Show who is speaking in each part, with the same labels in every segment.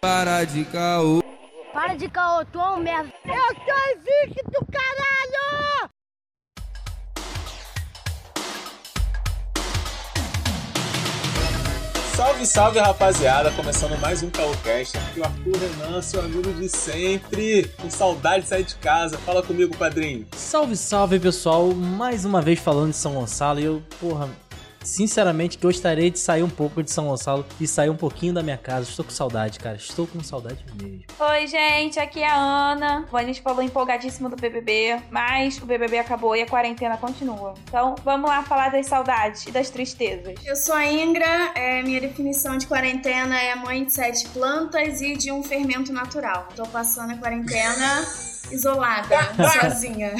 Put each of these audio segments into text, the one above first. Speaker 1: Para de caô.
Speaker 2: Para de caô, tu é um merda. Eu sou invicto, caralho!
Speaker 3: Salve, salve rapaziada! Começando mais um Calcast. Aqui o Arthur Renan, seu amigo de sempre. Com saudade de sair de casa. Fala comigo, padrinho.
Speaker 4: Salve, salve pessoal! Mais uma vez falando de São Gonçalo e eu, porra, sinceramente gostaria de sair um pouco de São Gonçalo e sair um pouquinho da minha casa. Estou com saudade, cara. Estou com saudade mesmo.
Speaker 5: Oi, gente, aqui é a Ana. A gente falou empolgadíssimo do BBB, mas o BBB acabou e a quarentena continua. Então, vamos lá falar das saudades e das tristezas.
Speaker 6: Eu sou a Ingra, é, minha definição de quarentena é mãe de sete plantas e de um fermento natural. Tô passando a quarentena isolada,
Speaker 4: Tá.
Speaker 6: sozinha.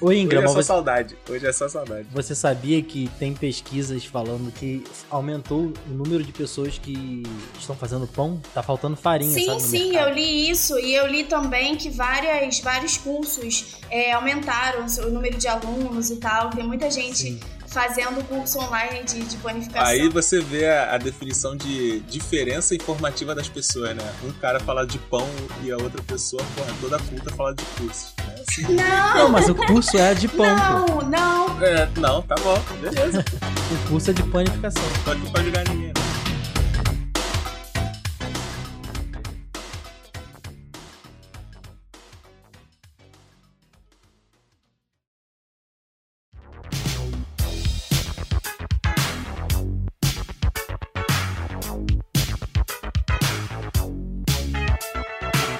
Speaker 4: Ô
Speaker 3: Hoje
Speaker 4: Ingra,
Speaker 3: é
Speaker 4: mas
Speaker 3: só
Speaker 4: você,
Speaker 3: saudade. Hoje é só saudade.
Speaker 4: você sabia que tem pesquisas falando que aumentou o número de pessoas que estão fazendo pão? Tá faltando farinha,
Speaker 6: Sim,
Speaker 4: sabe? no
Speaker 6: sim,
Speaker 4: mercado.
Speaker 6: eu li isso e eu li também que várias, vários cursos é, aumentaram o número de alunos e tal. Tem muita gente
Speaker 4: Sim.
Speaker 6: fazendo curso online de, de panificação.
Speaker 3: Aí você vê a, a definição de diferença informativa das pessoas, né? Um cara fala de pão e a outra pessoa, porra, toda culta fala de cursos. né? Assim,
Speaker 4: Não, mas o curso é de pão, pô.
Speaker 6: Não, não.
Speaker 3: é, não, tá bom, beleza.
Speaker 4: O curso é de panificação.
Speaker 3: Tô aqui pra ajudar ninguém. né?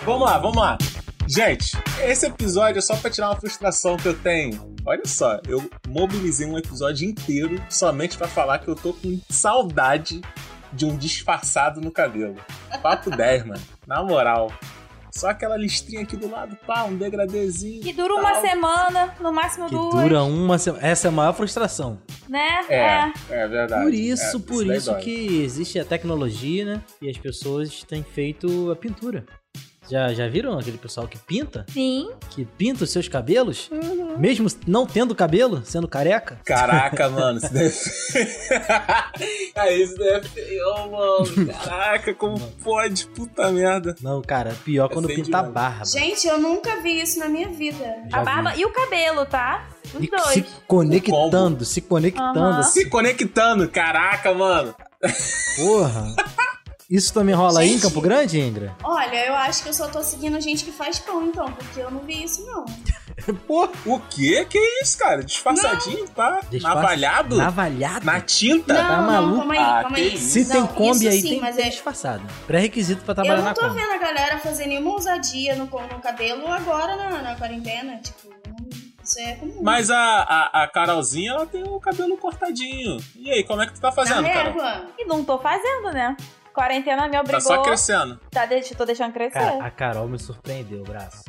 Speaker 3: Vamos lá, vamos lá. Gente, esse episódio é só pra tirar uma frustração que eu tenho. Olha só, eu mobilizei um episódio inteiro somente pra falar que eu tô com saudade de um disfarçado no cabelo. Papo 10, mano. Na moral. Só aquela listrinha aqui do lado, pá, um degradezinho.
Speaker 5: Que dura uma
Speaker 3: tal.
Speaker 5: semana, no
Speaker 6: Tá
Speaker 5: máximo
Speaker 4: Que
Speaker 5: duas.
Speaker 4: dura uma semana. Essa é a maior frustração.
Speaker 5: Né?
Speaker 3: É, é verdade.
Speaker 4: Por
Speaker 3: É,
Speaker 4: isso, por
Speaker 3: daí
Speaker 4: isso
Speaker 3: dói.
Speaker 4: que existe a tecnologia, né? E as pessoas têm feito a pintura. Já, já viram aquele pessoal que pinta?
Speaker 5: Sim.
Speaker 4: Que pinta os seus cabelos?
Speaker 6: Uhum.
Speaker 4: Mesmo não tendo cabelo, sendo careca?
Speaker 3: Caraca, mano, isso deve. Aí É, isso deve. Ô, mano, caraca, como pode? Puta merda.
Speaker 4: Não, cara, pior quando
Speaker 3: sei
Speaker 4: pinta a
Speaker 3: demais.
Speaker 4: barba.
Speaker 6: Gente, eu nunca vi isso na minha vida.
Speaker 4: Já
Speaker 5: a barba
Speaker 3: um
Speaker 5: e o cabelo, tá? Os
Speaker 4: vi. E
Speaker 5: dois.
Speaker 4: se conectando, se conectando,
Speaker 5: Aham.
Speaker 4: assim,
Speaker 3: Tá Se conectando, caraca, mano.
Speaker 4: porra. Isso também rola aí em
Speaker 6: Gente.
Speaker 4: Campo Grande, Ingra?
Speaker 6: Olha, eu acho que eu só tô seguindo gente que faz pão, então, porque eu não vi isso, não.
Speaker 4: Porra.
Speaker 3: O que que é isso, cara? Disfarçadinho, pá?
Speaker 4: Disfarça-
Speaker 3: Navalhado? Na...
Speaker 4: Navalhado?
Speaker 3: tinta?
Speaker 6: não, não,
Speaker 4: Tá maluco?
Speaker 6: calma aí,
Speaker 3: Ah,
Speaker 6: calma
Speaker 3: que
Speaker 6: aí.
Speaker 3: isso.
Speaker 4: Se tem
Speaker 6: Não,
Speaker 4: Kombi
Speaker 6: isso
Speaker 4: aí,
Speaker 6: sim,
Speaker 4: tem,
Speaker 6: mas
Speaker 4: tem
Speaker 6: é-
Speaker 4: disfarçado. Pré-requisito pra
Speaker 6: Eu
Speaker 4: trabalhar
Speaker 6: não
Speaker 4: na
Speaker 6: tô
Speaker 4: Kombi.
Speaker 6: vendo a galera fazer nenhuma ousadia no, co- no cabelo agora na, na quarentena. Tipo, não- isso é comum.
Speaker 3: Mas a, a, a Carolzinha, ela tem o cabelo cortadinho. E aí, como é que tu tá
Speaker 6: na
Speaker 3: fazendo, Carol?
Speaker 6: régua.
Speaker 5: E não tô fazendo, né? Quarentena me
Speaker 3: Tá
Speaker 5: obrigou.
Speaker 3: só É. crescendo.
Speaker 5: Tá, deixa, tô deixando crescer.
Speaker 4: Cara, a Carol me surpreendeu, braço.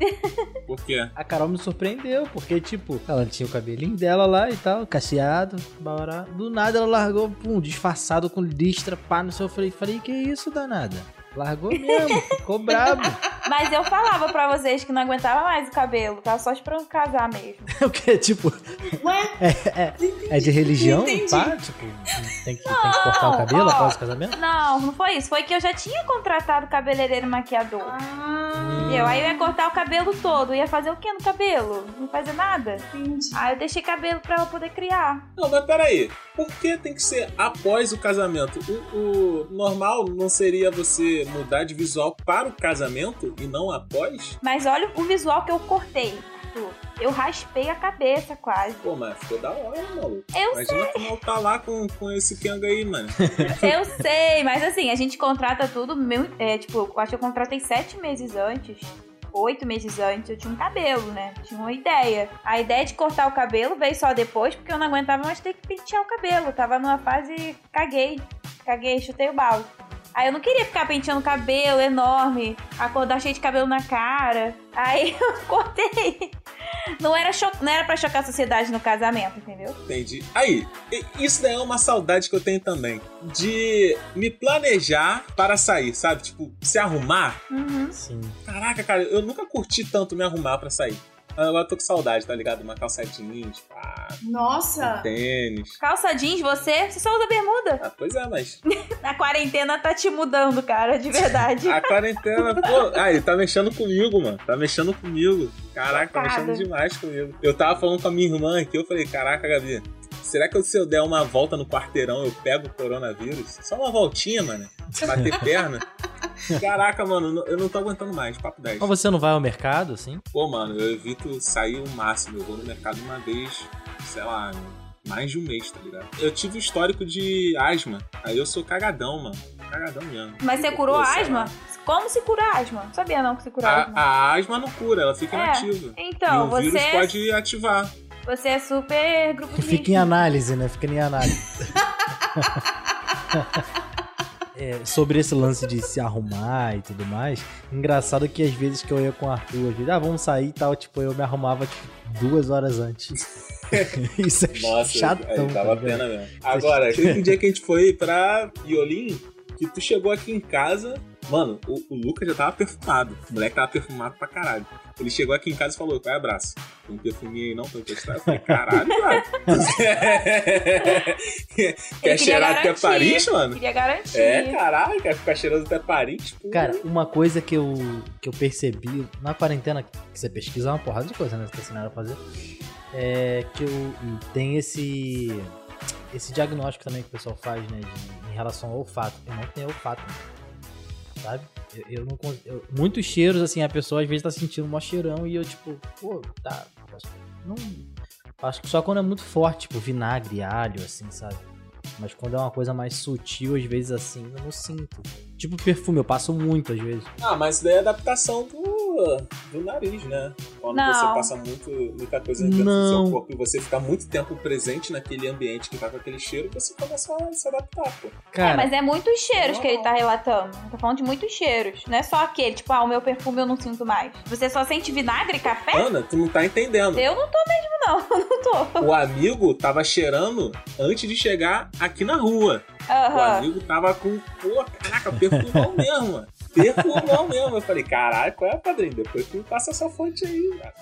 Speaker 3: Por quê?
Speaker 4: A Carol me surpreendeu, porque, tipo, ela tinha o cabelinho dela lá e tal, cacheado, barará. Do nada ela largou, pum, disfarçado com listra, pá, não sei. Eu falei, falei, que isso, danada? Largou mesmo, ficou brabo.
Speaker 5: Mas eu falava pra vocês que não aguentava mais o cabelo. Tava só esperando casar mesmo.
Speaker 4: o que, tipo,
Speaker 6: Ué,
Speaker 4: é de religião,
Speaker 6: Entendi.
Speaker 4: pá? Tipo, tem que, tem que cortar o cabelo
Speaker 5: ó.
Speaker 4: após o casamento?
Speaker 5: Não, não foi isso. Foi que eu já tinha contratado cabeleireiro e maquiador.
Speaker 6: ah,
Speaker 5: Entendeu? Aí eu ia cortar o cabelo todo. Eu ia fazer o que no cabelo? Não fazer nada?
Speaker 6: entendi.
Speaker 5: Aí eu deixei cabelo pra ela poder criar.
Speaker 3: Não, mas peraí. Por que tem que ser após o casamento? O, o normal não seria você mudar de visual para o casamento e não após?
Speaker 5: Mas olha o visual que eu cortei. Arthur. Eu raspei a cabeça quase.
Speaker 3: Pô, mas ficou da hora, maluco.
Speaker 5: Eu,
Speaker 3: Imagina tu não tá lá com, com esse Kenga aí, mano.
Speaker 5: eu sei, mas assim, a gente contrata tudo. Meu, é, tipo, eu acho que eu contratei sete meses antes. Oito meses antes, eu tinha um cabelo, né? Tinha uma ideia. A ideia de cortar o cabelo veio só depois, porque eu não aguentava mais ter que pentear o cabelo. Eu tava numa fase. caguei. Caguei, chutei o balde. Aí eu não queria ficar penteando o cabelo enorme, acordar cheio de cabelo na cara. Aí eu cortei. Não era, cho não era pra chocar a sociedade no casamento, entendeu?
Speaker 3: Entendi. Aí, e- isso daí é uma saudade que eu tenho também. De me planejar para sair, sabe? Tipo, se arrumar.
Speaker 5: Uhum.
Speaker 4: Sim.
Speaker 3: Caraca, cara, eu nunca curti tanto me arrumar para sair. Agora eu tô com saudade, tá ligado? Uma calçadinha, tipo, ah, um
Speaker 6: Nossa!
Speaker 3: tênis.
Speaker 5: Calça jeans, você, você só usa bermuda.
Speaker 3: Ah, pois é, mas
Speaker 5: Na quarentena tá te mudando, cara, de verdade.
Speaker 3: a quarentena, pô. Ah, ele tá mexendo comigo, mano. Tá mexendo comigo. Caraca, tá
Speaker 5: Chocada.
Speaker 3: mexendo demais comigo. Eu tava falando com a minha irmã aqui, eu falei, caraca, Gabi, será que se eu der uma volta no quarteirão eu pego o coronavírus? Só uma voltinha, mano. Bater perna. Caraca, mano, eu não tô aguentando mais, papo 10.
Speaker 4: Mas você não vai ao mercado, assim?
Speaker 3: Pô, mano, eu evito sair o máximo. Eu vou no mercado uma vez, sei lá, mais de um mês, tá ligado? Eu tive histórico de asma. Aí eu sou cagadão, mano. Cagadão mesmo.
Speaker 5: Mas você curou
Speaker 3: Pô,
Speaker 5: a
Speaker 3: sei lá.
Speaker 5: asma? Como se cura asma? Não Sabia não que se cura asma.
Speaker 3: A, a asma não cura, ela fica
Speaker 5: É.
Speaker 3: inativa.
Speaker 5: Então,
Speaker 3: Ah, e o vírus
Speaker 5: você,
Speaker 3: pode ativar.
Speaker 5: você é super grupo de
Speaker 4: Fica
Speaker 5: risco.
Speaker 4: em análise, né? Fica em análise. É, sobre esse lance de se arrumar e tudo mais, engraçado que às vezes que eu ia com o Arthur, às vezes, ah, vamos sair e tal, tipo, eu me arrumava tipo, duas horas antes. Isso é
Speaker 3: Nossa,
Speaker 4: chatão.
Speaker 3: aí tava né? a
Speaker 4: tá ligado?
Speaker 3: pena mesmo. Agora, aquele dia que a gente foi pra Iolim, que tu chegou aqui em casa. Mano, o, o Lucas já tava perfumado. O moleque tava perfumado pra caralho. Ele chegou aqui em casa e falou: vai abraço. Tem perfuminho aí não pra eu testar? Eu falei: caralho, mano.
Speaker 5: queria
Speaker 3: Quer cheirar até
Speaker 5: garantir.
Speaker 3: Paris, mano?
Speaker 5: Queria garantir.
Speaker 3: É, caralho, quer ficar cheirando até Paris? Pô.
Speaker 4: Cara, uma coisa que eu, que eu percebi na quarentena, que você pesquisa uma porrada de coisa, né? Que ensinaram a fazer. É que eu, tem esse. Esse diagnóstico também que o pessoal faz, né? de- em relação ao olfato. Eu não tenho olfato, sabe? Eu, eu não. con- eu- muitos cheiros, assim, a pessoa às vezes tá sentindo um cheirão e eu, tipo, pô, tá. Não. Acho que só quando é muito forte, tipo, vinagre, alho, assim, sabe? Mas quando é uma coisa mais sutil, às vezes assim, eu não sinto. Tipo perfume, eu passo muito às vezes.
Speaker 3: Ah, mas isso daí é adaptação do, do nariz, né? Quando
Speaker 5: Não.
Speaker 3: você passa muito, muita coisa dentro do
Speaker 4: Não.
Speaker 3: seu corpo e você fica muito tempo presente naquele ambiente que tá com aquele cheiro, você começa a se adaptar, pô.
Speaker 5: É,
Speaker 4: Cara,
Speaker 5: mas é muitos cheiros que ele tá relatando. Tá falando de muitos cheiros. Não é só aquele, tipo, ah, o meu perfume eu não sinto mais. Você só sente vinagre, café?
Speaker 3: Ana, tu não tá entendendo.
Speaker 5: Eu não tô mesmo, não. Não tô.
Speaker 3: O amigo tava cheirando antes de chegar aqui na rua. O
Speaker 5: Aham.
Speaker 3: amigo tava com, pô, caraca, perfumão mesmo, mano. Perfumão mesmo. Eu falei, caralho, qual é, padrinho? Depois tu passa essa fonte aí, cara.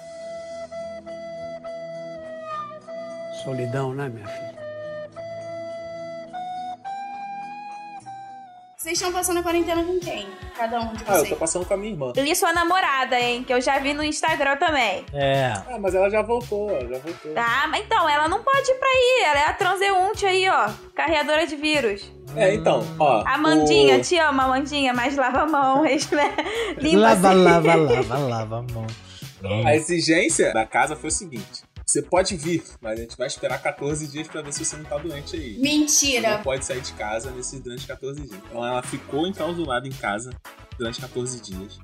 Speaker 1: Solidão, né, minha filha?
Speaker 6: Vocês estão passando a quarentena com quem? Cada um de
Speaker 3: Ah, eu tô
Speaker 6: vocês.
Speaker 3: passando com a minha irmã.
Speaker 5: E sua namorada, hein? Que eu já vi no Instagram também.
Speaker 4: é.
Speaker 3: Ah, mas ela já voltou, ela já voltou.
Speaker 5: Ah, mas então, ela não pode ir pra aí. Ela é a transeunte aí, ó. Carreadora de vírus.
Speaker 3: É, então, ó.
Speaker 5: Amandinha,
Speaker 3: o-
Speaker 5: te amo, Amandinha, mas lava a mão, né? Limpa
Speaker 4: Lava,
Speaker 5: assim.
Speaker 4: lava, lava, lava a mão.
Speaker 3: A exigência da casa foi o seguinte: você pode vir, mas a gente vai esperar 14 dias pra ver se você não tá doente aí. Você
Speaker 6: Mentira!
Speaker 3: não pode sair de casa nesses durante 14 dias. Então ela ficou enclausurada em casa durante 14 dias.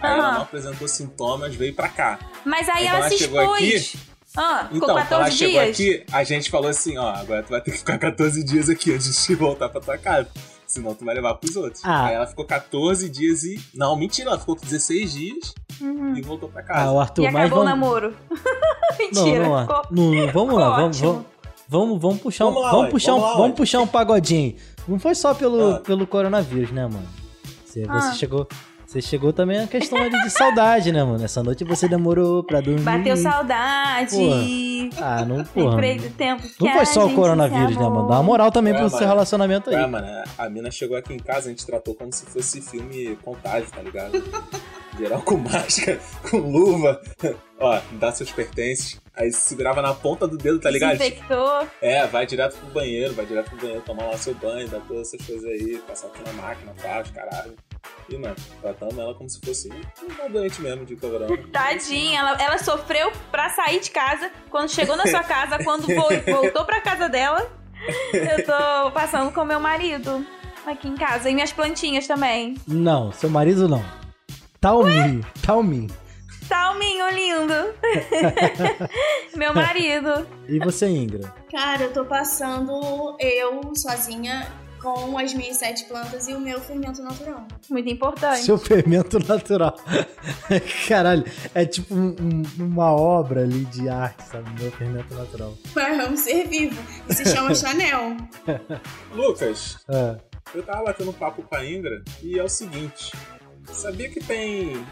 Speaker 3: Aí ela
Speaker 5: Aham.
Speaker 3: não apresentou sintomas, veio pra cá.
Speaker 5: Mas aí
Speaker 3: Então
Speaker 5: ela,
Speaker 3: ela
Speaker 5: se
Speaker 3: chegou aqui-
Speaker 5: expôs. Ah, ficou
Speaker 3: Então, quando
Speaker 5: 14
Speaker 3: ela chegou
Speaker 5: dias.
Speaker 3: aqui, a gente falou assim: ó, agora tu vai ter que ficar 14 dias aqui antes de voltar pra tua casa. Senão tu vai levar pros outros.
Speaker 4: Ah.
Speaker 3: Aí ela ficou 14 dias e. Não, mentira, ela ficou 16 dias
Speaker 5: Uhum.
Speaker 3: e voltou pra casa.
Speaker 4: Ah, o Arthur,
Speaker 5: E
Speaker 4: mas
Speaker 5: acabou o
Speaker 4: vamos.
Speaker 5: namoro.
Speaker 4: Não,
Speaker 5: Mentira.
Speaker 4: não, é.
Speaker 5: ficou-
Speaker 4: Arthur. não, não, vamos lá,
Speaker 5: ficou
Speaker 4: vamos, vamos, vamos, vamos puxar um,
Speaker 3: Vamos lá,
Speaker 4: vamos
Speaker 3: ué,
Speaker 4: puxar um,
Speaker 3: vamos lá,
Speaker 4: vamos
Speaker 3: ué.
Speaker 4: puxar um pagodinho. Não foi só pelo,
Speaker 3: Ah.
Speaker 4: pelo coronavírus, né, mano? Você, você
Speaker 5: Ah.
Speaker 4: chegou, você chegou também a questão ali de saudade, né, mano? Essa noite você demorou pra dormir.
Speaker 5: Bateu saudade.
Speaker 4: Ah, não, Hum. porra.
Speaker 5: Lembrei do tempo que
Speaker 4: Não foi só
Speaker 5: a
Speaker 4: o
Speaker 5: gente
Speaker 4: coronavírus,
Speaker 5: se
Speaker 4: né,
Speaker 5: amou.
Speaker 4: mano? Dá uma moral também
Speaker 3: É,
Speaker 4: pro seu
Speaker 3: mano.
Speaker 4: relacionamento aí.
Speaker 3: Ah, mano, a mina chegou aqui em casa, a gente tratou como se fosse filme contágio, tá ligado? Geral com máscara, com luva, ó, dá seus pertences. Aí segurava na ponta do dedo, tá ligado?
Speaker 5: Desinfectou.
Speaker 3: É, vai direto pro banheiro, vai direto pro banheiro, tomar lá seu banho, dar todas essas coisas aí, passar aqui na máquina, pá, os caralho. E, mano, tratamos ela como se fosse uma doente mesmo de corona.
Speaker 5: Tadinha, ela, ela sofreu pra sair de casa. Quando chegou na sua casa, quando vo- voltou pra casa dela, eu tô passando com meu marido aqui em casa. E minhas plantinhas também.
Speaker 4: Não, seu marido não. Talmin, Talmin.
Speaker 5: Salminho lindo. meu marido.
Speaker 4: E você, Ingra?
Speaker 6: Cara, eu tô passando eu sozinha com as minhas sete plantas e o meu fermento natural.
Speaker 5: Muito importante.
Speaker 4: Seu fermento natural. Caralho, é tipo um- um- uma obra ali de arte, sabe? Meu fermento natural.
Speaker 6: É um ser vivo. E se chama Chanel.
Speaker 3: Lucas,
Speaker 4: É.
Speaker 3: eu tava um batendo papo com a Indra e é o seguinte: sabia que tem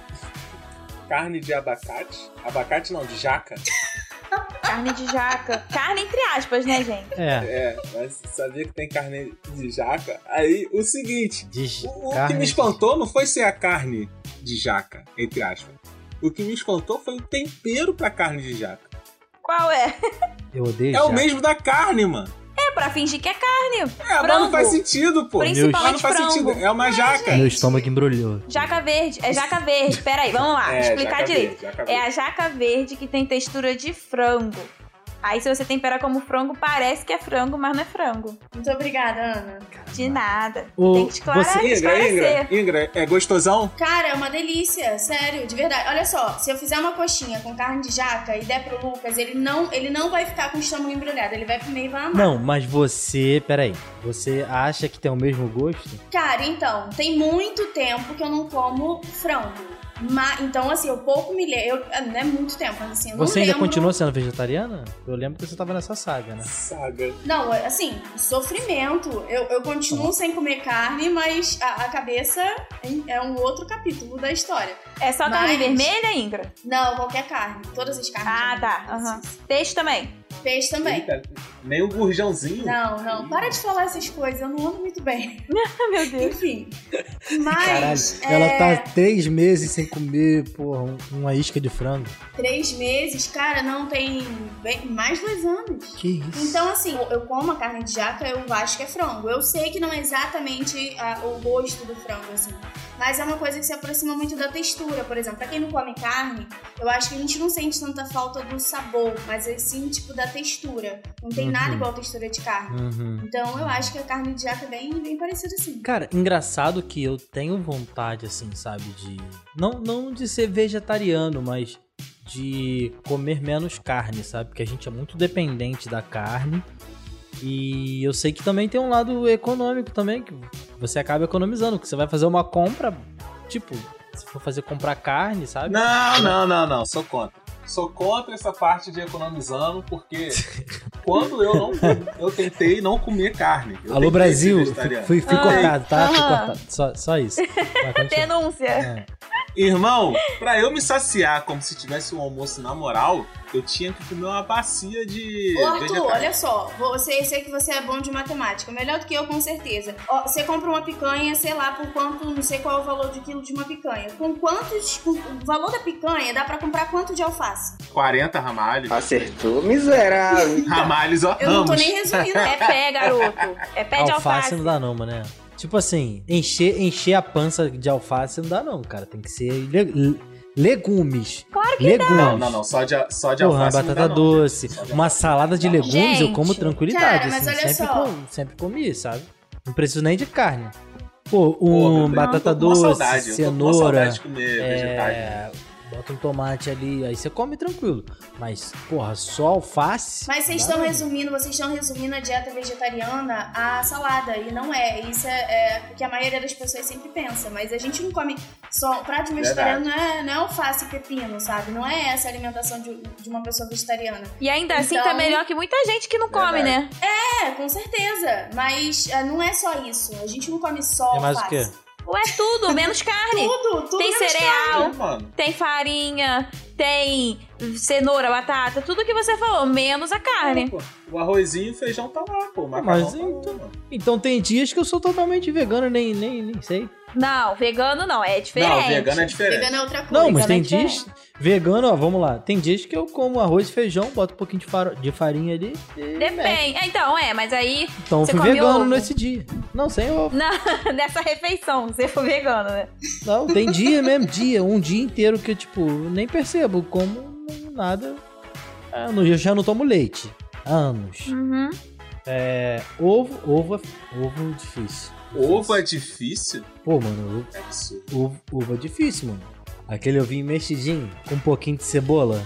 Speaker 3: carne de abacate. Abacate não, de jaca.
Speaker 5: Carne de jaca. Carne entre aspas, né, gente?
Speaker 4: É.
Speaker 3: É, mas sabia que tem carne de jaca. Aí, o seguinte,
Speaker 4: Diz,
Speaker 3: O, o que
Speaker 4: carne
Speaker 3: me
Speaker 4: de-
Speaker 3: espantou não foi ser a carne de jaca, entre aspas. O que me espantou foi o tempero pra carne de jaca.
Speaker 5: Qual é?
Speaker 4: Eu odeio
Speaker 3: É o
Speaker 4: jaca.
Speaker 3: mesmo da carne, mano.
Speaker 5: É pra fingir que é carne.
Speaker 3: É, mas não
Speaker 5: Frango.
Speaker 3: faz sentido, pô.
Speaker 4: Principalmente
Speaker 3: Mas não faz
Speaker 5: frango.
Speaker 3: sentido. É uma jaca.
Speaker 4: Meu estômago embrulhou.
Speaker 5: Jaca verde. É jaca verde. Pera aí, vamos lá.
Speaker 3: É,
Speaker 5: explicar
Speaker 3: jaca
Speaker 5: direito.
Speaker 3: verde, jaca
Speaker 5: É
Speaker 3: verde.
Speaker 5: a jaca verde que tem textura de frango. Aí se você tempera como frango, parece que é frango, mas não é frango.
Speaker 6: Muito obrigada, Ana.
Speaker 5: De nada.
Speaker 4: O-
Speaker 5: Tem que esclarar,
Speaker 4: você-
Speaker 3: Ingra,
Speaker 5: esclarecer.
Speaker 3: Ingra, Ingra, é gostosão?
Speaker 6: Cara, é uma delícia, sério, de verdade. Olha só, se eu fizer uma coxinha com carne de jaca e der pro Lucas, ele não, ele não vai ficar com o estômago embrulhado, ele vai comer e vai amar.
Speaker 4: Não, mas você, peraí, você acha que tem o mesmo gosto?
Speaker 6: Cara, então, tem muito tempo que eu não como frango. Ma- então, assim, eu pouco me lembro. eu- Não é muito tempo, mas assim, eu não
Speaker 4: Você ainda
Speaker 6: lembro.
Speaker 4: continua sendo vegetariana? Eu lembro que você tava nessa saga, né?
Speaker 3: Saga.
Speaker 6: Não, assim, sofrimento. Eu, eu continuo sem comer carne, mas a, a cabeça é é um outro capítulo da história.
Speaker 5: É só carne
Speaker 6: Mas-
Speaker 5: vermelha, Ingra?
Speaker 6: Não, qualquer carne. Todas as carnes.
Speaker 5: Ah, tá. aham. Peixe também.
Speaker 6: Peixe também.
Speaker 3: Eita, nem o gurjãozinho.
Speaker 6: Não, não. Para de falar essas coisas. Eu não ando muito bem.
Speaker 5: Ah, Meu Deus.
Speaker 6: Enfim. Mas. é,
Speaker 4: ela tá três meses sem comer, porra, um- uma isca de frango.
Speaker 6: Três meses, cara, não tem. bem- mais dois anos.
Speaker 4: Que isso?
Speaker 6: Então, assim, eu- eu como a carne de jaca, eu acho que é frango. Eu sei que não é exatamente ah, o gosto do frango, assim. Mas é uma coisa que se aproxima muito da textura, por exemplo. Pra quem não come carne, eu acho que a gente não sente tanta falta do sabor, mas é sim, tipo, da textura. Não tem
Speaker 4: Uhum.
Speaker 6: nada igual a textura de carne.
Speaker 4: Uhum.
Speaker 6: Então, eu acho que a carne de jaca é bem, bem parecida, assim.
Speaker 4: Cara, engraçado que eu tenho vontade, assim, sabe, de. Não, não de ser vegetariano, mas de comer menos carne, sabe? Porque a gente é muito dependente da carne. E eu sei que também tem um lado econômico também, que você acaba economizando, que você vai fazer uma compra, tipo, se for fazer comprar carne, sabe?
Speaker 3: Não, não, não, não. Sou contra. Sou contra essa parte de economizando, porque quando eu não eu tentei não comer carne. Eu tentei
Speaker 4: Alô,
Speaker 3: ser
Speaker 4: Brasil!
Speaker 3: vegetariano.
Speaker 4: Fui, fui
Speaker 5: Ah.
Speaker 4: cortado, tá? Fui
Speaker 5: Aham.
Speaker 4: cortado. Só, só isso. Vai, continua.
Speaker 5: Denúncia.
Speaker 4: É.
Speaker 3: Irmão, pra eu me saciar como se tivesse um almoço na moral, eu tinha que comer uma bacia de.
Speaker 6: Ô, Arthur,
Speaker 3: vegetais.
Speaker 6: olha só, você, eu sei que você é bom de matemática, melhor do que eu com certeza. Ó, você compra uma picanha, sei lá, por quanto, não sei qual é o valor de quilo de uma picanha. Com quantos, com- o valor da picanha dá pra comprar quanto de alface?
Speaker 3: 40 ramalhos.
Speaker 7: Acertou, miserável.
Speaker 3: Ramalhos, ó,
Speaker 6: Eu não tô
Speaker 3: ramos.
Speaker 6: nem resumindo. né?
Speaker 5: É pé, garoto. É pé de alface.
Speaker 4: não dá não, mano. né? Tipo assim, encher, encher a pança de alface não dá não, cara. Tem que ser le- le- legumes. Claro que legumes.
Speaker 3: Não, não, não. Só de, só de
Speaker 4: Porra,
Speaker 3: alface. não dá,
Speaker 4: batata
Speaker 3: não.
Speaker 4: doce,
Speaker 3: Só de
Speaker 4: uma salada de legumes eu
Speaker 5: Gente,
Speaker 4: como tranquilidade.
Speaker 6: cara, é, mas
Speaker 4: assim,
Speaker 6: olha
Speaker 4: sempre,
Speaker 6: só.
Speaker 4: com- sempre comi, sabe? Não preciso nem de carne. Pô,
Speaker 3: Pô,
Speaker 4: um
Speaker 3: Gabriel,
Speaker 4: batata
Speaker 3: eu tô com uma
Speaker 4: doce,
Speaker 3: saudade, Eu tô com uma
Speaker 4: cenoura.
Speaker 3: saudade de comer vegetais.
Speaker 4: É, bota um tomate ali, aí você come tranquilo. Mas, porra, só alface.
Speaker 6: Mas vocês
Speaker 4: dá
Speaker 6: estão
Speaker 4: não.
Speaker 6: resumindo, vocês estão resumindo a dieta vegetariana à salada, e não é. Isso é, é o que a maioria das pessoas sempre pensa, mas a gente não come só. O prato vegetariano não é, não é alface e pepino, sabe? Não é essa a alimentação de, de uma pessoa vegetariana.
Speaker 5: E ainda assim
Speaker 6: Então-
Speaker 5: tá melhor que muita gente que não come, né?
Speaker 6: É, com certeza. Mas ah, não é só isso. A gente não come só
Speaker 4: É mais o
Speaker 6: alface.
Speaker 4: quê?
Speaker 5: Ou é tudo, menos carne.
Speaker 6: Tudo, tudo.
Speaker 5: Tem
Speaker 6: é
Speaker 5: cereal,
Speaker 3: Sim, mano.
Speaker 5: tem farinha, tem cenoura, batata, tudo que você falou, menos a carne.
Speaker 3: Pô, o arrozinho e o feijão tá lá, pô. O macarrão
Speaker 4: Mas
Speaker 3: tá
Speaker 4: então-
Speaker 3: lá, mano.
Speaker 4: Então tem dias que eu sou totalmente vegano, nem, nem, nem sei.
Speaker 5: Não, vegano não, é diferente.
Speaker 3: Não, vegano é diferente.
Speaker 6: Vegano é outra coisa.
Speaker 4: Não, mas tem
Speaker 5: Vegano é
Speaker 4: dias. Vegano, ó, vamos lá. Tem dias que eu como arroz e feijão, boto um pouquinho de, faro- de farinha ali. e mete.
Speaker 5: Depende. É, Então, é, mas aí
Speaker 4: Então eu
Speaker 5: Você
Speaker 4: fui
Speaker 5: come
Speaker 4: vegano
Speaker 5: ovo?
Speaker 4: nesse dia. Não, sem ovo.
Speaker 5: na- nessa refeição, você for vegano, né?
Speaker 4: Não, tem dia mesmo, dia, um dia inteiro que eu, tipo, nem percebo, como nada. Ah, não- Eu já não tomo leite. Há anos.
Speaker 5: Uhum.
Speaker 4: É, ovo, ovo, é- ovo é difícil.
Speaker 3: Ovo é difícil?
Speaker 4: Pô, mano,
Speaker 3: É absurdo.
Speaker 4: ovo, ovo, ovo é difícil, mano. Aquele ovinho mexidinho, com um pouquinho de cebola,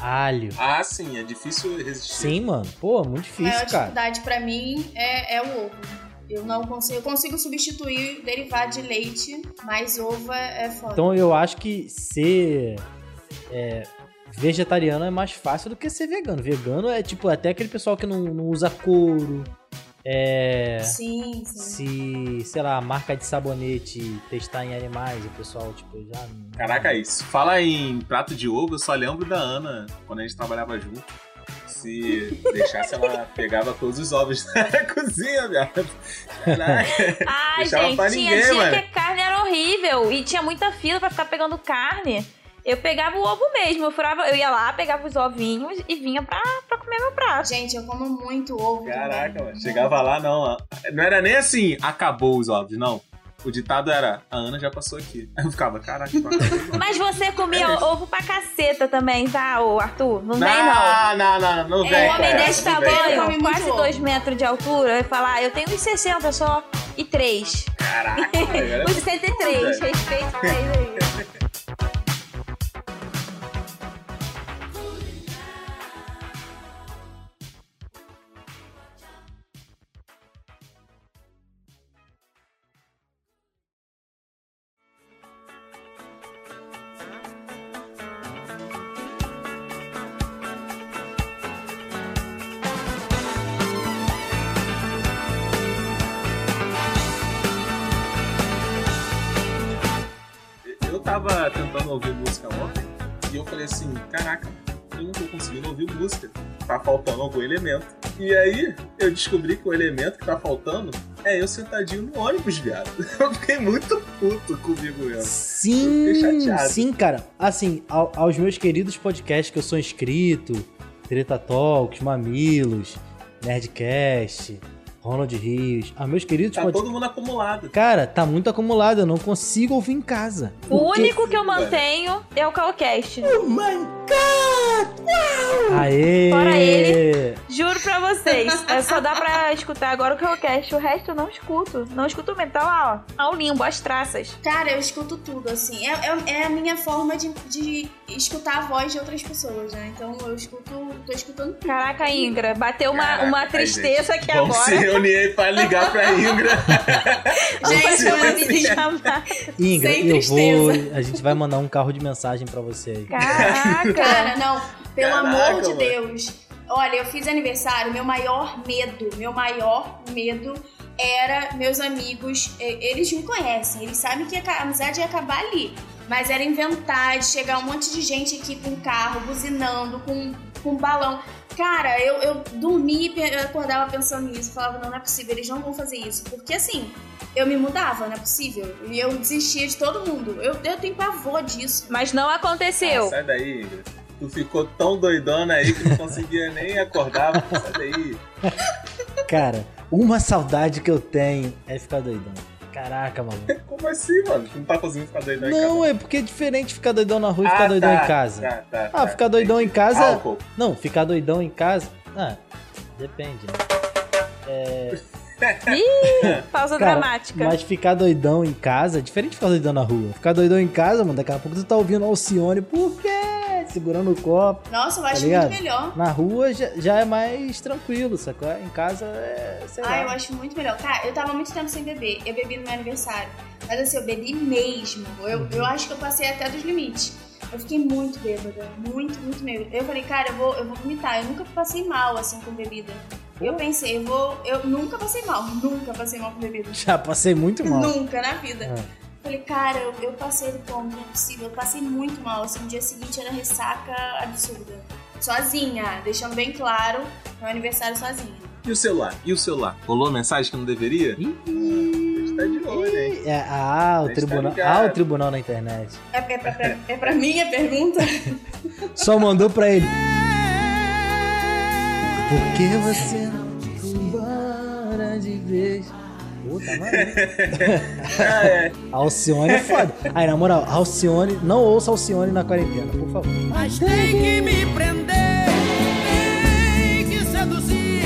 Speaker 4: alho.
Speaker 3: Ah, sim, é difícil resistir.
Speaker 4: Sim, mano. Pô, é muito
Speaker 6: A maior
Speaker 4: difícil, cara.
Speaker 6: dificuldade pra mim é, é o ovo. Eu não consigo, eu consigo substituir derivado de leite, mas ovo é é foda.
Speaker 4: Então eu acho que ser é, vegetariano é mais fácil do que ser vegano. Vegano é tipo até aquele pessoal que não, não usa couro, É,
Speaker 6: Sim, sim.
Speaker 4: se, sei lá, a marca de sabonete testar em animais, o pessoal, tipo, já. não-
Speaker 3: Caraca, é isso. Fala em prato de ovo, eu só lembro da Ana, quando a gente trabalhava junto. Se deixasse, ela pegava todos os ovos da cozinha, velho. Caraca.
Speaker 5: Ai,
Speaker 3: Deixava
Speaker 5: gente,
Speaker 3: pra
Speaker 5: tinha
Speaker 3: ninguém,
Speaker 5: dia
Speaker 3: mano.
Speaker 5: que a carne era horrível e tinha muita fila pra ficar pegando carne. Eu pegava o ovo mesmo, eu furava, eu ia lá, pegava os ovinhos e vinha pra, pra comer meu prato.
Speaker 6: Gente, eu como muito ovo.
Speaker 3: Caraca,
Speaker 6: também.
Speaker 3: mano. Chegava lá, não. ó. Não era nem assim, acabou os ovos, não. O ditado era, a Ana já passou aqui. Aí eu ficava, caraca, não acabou.
Speaker 5: Mas você comia
Speaker 3: É
Speaker 5: ovo pra caceta também, tá, ô Arthur? Não vem, não.
Speaker 3: não, Ah, não, não, não vem.
Speaker 5: Um
Speaker 3: com
Speaker 5: homem
Speaker 3: essa,
Speaker 5: desse
Speaker 3: não vem com essa.
Speaker 5: tamanho,
Speaker 6: Come
Speaker 5: quase
Speaker 6: muito
Speaker 5: 2
Speaker 6: ovo.
Speaker 5: metros de altura, eu ia falar, "Ah, eu tenho uns 60 só e 3.
Speaker 3: Caraca, agora-
Speaker 5: Uns 63, respeito pra ele aí.
Speaker 3: Eu tava tentando ouvir música ontem e eu falei assim, caraca, eu não tô conseguindo ouvir música. Tá faltando algum elemento. E aí eu descobri que o elemento que tá faltando é eu sentadinho no ônibus, viado. Eu fiquei muito puto comigo mesmo.
Speaker 4: Sim,
Speaker 3: Eu fiquei chateado.
Speaker 4: sim, cara. Assim, ao- aos meus queridos podcasts que eu sou inscrito, Treta Talks, Mamilos, Nerdcast, Ronald Rios, aos meus queridos
Speaker 3: Tá
Speaker 4: podcasts...
Speaker 3: todo mundo acumulado.
Speaker 4: Cara, tá muito acumulado, eu não consigo ouvir em casa.
Speaker 5: O
Speaker 4: Porque-
Speaker 5: único que eu
Speaker 3: Mano.
Speaker 5: mantenho é o Calcast.
Speaker 4: Aê!
Speaker 5: Fora ele. Juro pra vocês, é, só dá pra escutar agora o Calcast, o resto eu não escuto. Não escuto mesmo, tá lá, ó, ao limbo, as traças.
Speaker 6: Cara, eu escuto tudo, assim. É, é, é a minha forma de, de escutar a voz de outras pessoas, né? Então eu escuto. tô escutando tudo.
Speaker 5: Caraca, Ingra, bateu uma,
Speaker 3: Caraca,
Speaker 5: uma
Speaker 3: ai,
Speaker 5: tristeza aqui
Speaker 3: Vamos se
Speaker 5: agora.
Speaker 3: reunir aí pra ligar pra Ingra.
Speaker 5: Vamos
Speaker 6: Gente,
Speaker 5: fazer uma
Speaker 6: eu-
Speaker 5: videochamada.
Speaker 4: Ingra,
Speaker 6: Sem
Speaker 4: eu vou...
Speaker 6: tristeza.
Speaker 4: A gente vai mandar um carro de mensagem pra você aí.
Speaker 5: Caraca.
Speaker 6: Cara, não, pelo
Speaker 3: Caraca,
Speaker 6: amor de
Speaker 3: mano.
Speaker 6: Deus. Olha, eu fiz aniversário, meu maior medo, meu maior medo era meus amigos, e- eles me conhecem, eles sabem que a ca- a amizade ia acabar ali. Mas era inventar de chegar um monte de gente aqui com carro, buzinando, com, com balão. Cara, eu, eu dormi e pe- eu acordava pensando nisso. Falava, não, não é possível, eles não vão fazer isso. Porque assim, eu me mudava, não é possível. E eu desistia de todo mundo. Eu, eu tenho pavor disso.
Speaker 5: Mas não aconteceu.
Speaker 3: Sai daí, Ingra. Tu ficou tão doidona aí que não conseguia nem acordar. Sai daí.
Speaker 4: Cara, uma saudade que eu tenho é ficar doidão. Caraca, mano.
Speaker 3: Como assim, mano? Tu não tá conseguindo ficar doidão em casa?
Speaker 4: Não, é porque é diferente ficar doidão na rua e
Speaker 3: Ah,
Speaker 4: ficar doidão
Speaker 3: tá,
Speaker 4: em casa.
Speaker 3: tá, tá,
Speaker 4: Ah,
Speaker 3: tá. Ah,
Speaker 4: ficar doidão em casa.
Speaker 3: Álcool.
Speaker 4: Não, ficar doidão em casa. Ah, depende. né?
Speaker 5: Pausa
Speaker 4: Cara,
Speaker 5: dramática.
Speaker 4: Mas ficar doidão em casa é diferente de ficar doidão na rua. Ficar doidão em casa, mano, daqui a pouco tu tá ouvindo Alcione, por quê? Segurando o copo.
Speaker 6: Nossa, eu acho
Speaker 4: ligado?
Speaker 6: muito melhor.
Speaker 4: Na rua já, já é mais tranquilo, sacou? Em casa é. sei
Speaker 6: Ah, eu
Speaker 4: lá.
Speaker 6: acho muito melhor. Cara, eu tava muito tempo sem beber. Eu bebi no meu aniversário. Mas assim, eu bebi mesmo. Eu,
Speaker 4: Uhum.
Speaker 6: eu acho que eu passei até dos limites. Eu fiquei muito bêbada. Muito, muito mesmo. Eu falei, cara, eu vou, eu vou vomitar. Eu nunca passei mal assim com bebida. Eu pensei, eu vou. Eu nunca passei mal. Nunca passei mal com bebida.
Speaker 4: Já passei muito mal.
Speaker 6: Nunca na vida.
Speaker 4: É.
Speaker 6: Falei, cara, eu, eu passei do ponto, não é possível. Eu passei muito mal. Assim, no dia seguinte era ressaca absurda. Sozinha, deixando bem claro, meu aniversário sozinha.
Speaker 3: E o celular? E o celular? Rolou mensagem que não deveria?
Speaker 4: Ih,
Speaker 3: gente tá de olho, hein?
Speaker 4: é, ah,
Speaker 3: A
Speaker 4: o
Speaker 3: gente tá
Speaker 4: tribunal.
Speaker 3: ligado.
Speaker 4: ah, o tribunal na internet.
Speaker 6: É, é, pra- pra- é pra mim a pergunta?
Speaker 4: Só mandou pra ele. Por que você não foi embora de vez? Puta, mano.
Speaker 3: Ah, é.
Speaker 4: Alcione é foda. Aí, na moral, Alcione, não ouça Alcione na quarentena, por favor.
Speaker 8: Mas tem que me prender, tem que seduzir.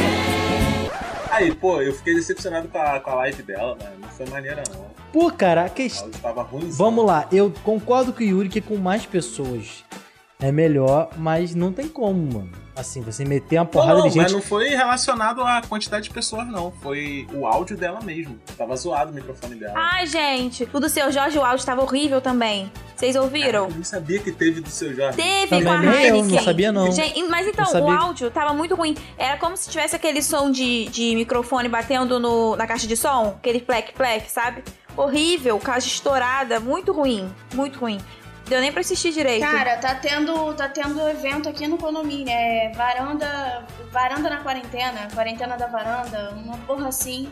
Speaker 3: Aí, pô, eu fiquei decepcionado com a, com a live dela, mano. Não foi maneira, não.
Speaker 4: Pô, cara, a
Speaker 3: O
Speaker 4: questão.
Speaker 3: áudio tava ruim.
Speaker 4: Vamos lá, eu concordo com o Yuri que com mais pessoas é melhor, mas não tem como, mano. Assim, você meter uma
Speaker 3: Não,
Speaker 4: porrada
Speaker 3: não,
Speaker 4: de gente.
Speaker 3: mas não foi relacionado à quantidade de pessoas, não. Foi o áudio dela mesmo. Tava zoado o microfone dela.
Speaker 5: Ai, gente, o do seu Jorge o áudio tava horrível também. Vocês ouviram?
Speaker 3: Eu nem sabia que teve do seu Jorge.
Speaker 5: Teve
Speaker 4: Também
Speaker 5: com a
Speaker 4: nem eu,
Speaker 5: Heineken.
Speaker 4: não sabia não.
Speaker 5: Gente, mas então,
Speaker 4: Não sabia.
Speaker 5: o áudio tava muito ruim. Era como se tivesse aquele som de, de microfone batendo no, na caixa de som, aquele plec-plec, sabe? Horrível, caixa estourada, muito ruim, muito ruim. Deu nem pra assistir direito.
Speaker 6: Cara, tá tendo, tá tendo evento aqui no condomínio, é varanda, varanda na quarentena, quarentena da varanda, uma porra assim,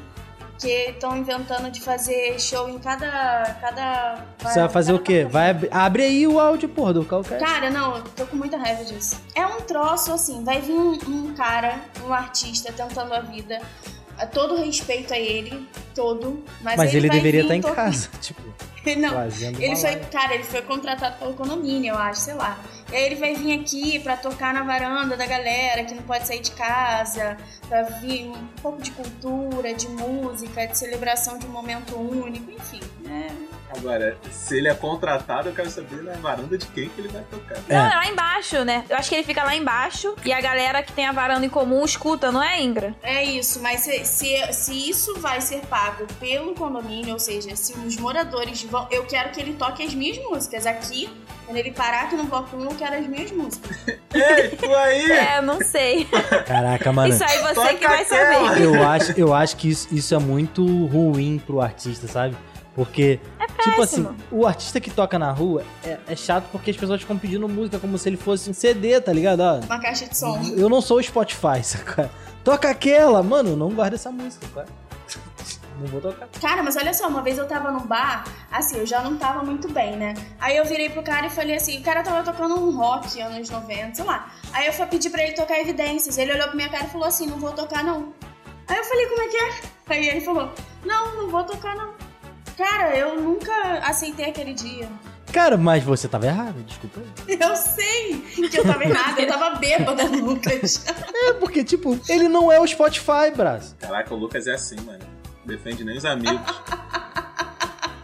Speaker 6: que estão inventando de fazer show em cada, cada.
Speaker 4: Você vai fazer
Speaker 6: cada
Speaker 4: o quê?
Speaker 6: quarta-
Speaker 4: Vai ab- abre aí o áudio, porra, do Calcast.
Speaker 6: Cara, não, eu tô com muita raiva disso. É um troço assim, vai vir um, um cara, um artista tentando a vida, a todo respeito a ele, todo, mas,
Speaker 4: Mas ele
Speaker 6: vai
Speaker 4: deveria
Speaker 6: vir
Speaker 4: estar em
Speaker 6: to-
Speaker 4: casa, tipo,
Speaker 6: Não,
Speaker 4: fazendo
Speaker 6: Ele
Speaker 4: uma
Speaker 6: foi,
Speaker 4: live.
Speaker 6: cara, ele foi contratado pelo condomínio, eu acho, sei lá. E aí ele vai vir aqui pra tocar na varanda da galera que não pode sair de casa, pra vir um pouco de cultura, de música, de celebração de um momento único, enfim. né?
Speaker 3: Agora, se ele é contratado, eu quero saber na varanda de quem que ele vai tocar.
Speaker 5: Não,
Speaker 4: É.
Speaker 5: é lá embaixo, né? Eu acho que ele fica lá embaixo e a galera que tem a varanda em comum escuta, não é, Ingra?
Speaker 6: É isso, mas se, se, se isso vai ser pago pelo condomínio, ou seja, se os moradores vão. Eu quero que ele toque as minhas músicas. Aqui, quando ele parar aqui no bloco 1, eu quero as minhas músicas.
Speaker 3: Ei, tu aí!
Speaker 5: É, não sei.
Speaker 4: Caraca, mano.
Speaker 5: Isso aí você
Speaker 3: Toca
Speaker 5: que vai
Speaker 3: aquela.
Speaker 5: saber.
Speaker 4: Eu acho, eu acho que isso, isso é muito ruim pro artista, sabe? Porque,
Speaker 6: É
Speaker 4: tipo assim,
Speaker 5: péssimo.
Speaker 4: o artista que toca na rua é, é chato porque as pessoas ficam pedindo música como se ele fosse um CD, tá ligado? Ó,
Speaker 6: Uma caixa de som.
Speaker 4: eu não sou o Spotify, saca? Toca aquela! Mano, eu não guardo essa música, cara. Não vou tocar.
Speaker 6: Cara, mas olha só, uma vez eu tava num bar, assim, eu já não tava muito bem, né? Aí eu virei pro cara e falei assim, o cara tava tocando um rock anos 90, sei lá. Aí eu fui pedir pra ele tocar evidências. Ele olhou pra minha cara e falou assim, não vou tocar não. Aí eu falei, como é que é? Aí ele falou, não, não vou tocar não. Cara, eu nunca aceitei aquele dia.
Speaker 4: Cara, mas você tava errado, desculpa.
Speaker 6: Eu sei que eu tava errada, eu tava bêbada, Lucas.
Speaker 4: É porque, tipo, ele não é o Spotify, braço.
Speaker 3: Caraca, o Lucas é assim, mano. Defende nem os amigos.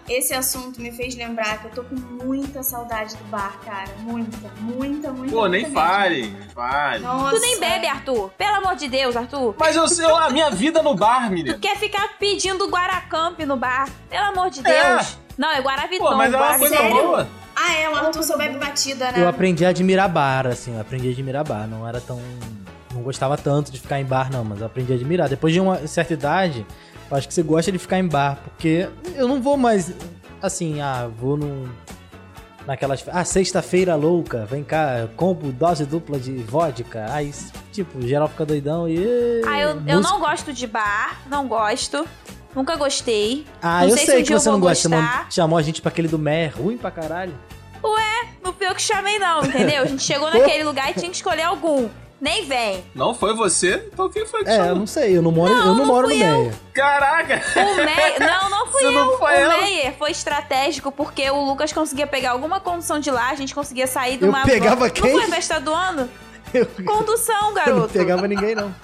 Speaker 6: Esse assunto me fez lembrar que eu tô com muita saudade do bar, cara. Muita, muita, muita.
Speaker 3: Pô,
Speaker 6: muita
Speaker 3: nem
Speaker 6: mesmo.
Speaker 3: fale, fale.
Speaker 6: Nossa.
Speaker 5: Tu nem bebe, Arthur. Pelo amor de Deus, Arthur.
Speaker 3: Mas eu sei a minha vida no bar, menino.
Speaker 5: Tu quer ficar pedindo Guaracamp no bar? Pelo amor de
Speaker 3: É.
Speaker 5: Deus. Não, é Guaraviton.
Speaker 3: Pô, mas é uma
Speaker 5: Guaraviton.
Speaker 3: coisa
Speaker 6: sério?
Speaker 3: boa.
Speaker 6: Ah, é, o Arthur só bebe batida, né?
Speaker 4: Eu aprendi a admirar bar, assim, eu aprendi a admirar bar. Não era tão. Não gostava tanto de ficar em bar, não, mas eu aprendi a admirar. Depois de uma certa idade, eu acho que você gosta de ficar em bar, porque eu não vou mais. Assim, ah, vou num. Naquelas. Ah, sexta-feira louca, vem cá, compro dose dupla de vodka. Aí, tipo, geral fica doidão e.
Speaker 5: Ah, eu, eu
Speaker 4: música-
Speaker 5: não gosto de bar, não gosto. Nunca gostei.
Speaker 4: Ah,
Speaker 5: não
Speaker 4: eu
Speaker 5: sei
Speaker 4: sei,
Speaker 5: se um
Speaker 4: que
Speaker 5: dia eu
Speaker 4: você não
Speaker 5: vou
Speaker 4: gosta. Chamou,
Speaker 5: gostar.
Speaker 4: chamou a gente pra aquele do Mé, ruim pra caralho.
Speaker 5: Não foi eu que chamei, não, entendeu? A gente chegou naquele lugar e tinha que escolher algum. Nem vem.
Speaker 3: Não foi você? Então quem foi que
Speaker 4: É, eu
Speaker 3: chamou?
Speaker 4: não sei, eu não moro, eu não
Speaker 5: não
Speaker 4: moro no
Speaker 5: fui
Speaker 4: Meia.
Speaker 3: Caraca!
Speaker 5: O Meyer. Não, não fui
Speaker 3: Você
Speaker 5: eu.
Speaker 3: não foi
Speaker 5: o
Speaker 3: ela?
Speaker 5: Meyer foi estratégico porque o Lucas conseguia pegar alguma condução de lá, a gente conseguia sair de
Speaker 4: Eu
Speaker 5: uma.
Speaker 4: pegava quem?
Speaker 5: Não foi a festa do ano?
Speaker 4: Eu-
Speaker 5: Condução,
Speaker 4: Eu não
Speaker 5: garoto.
Speaker 4: pegava ninguém, não.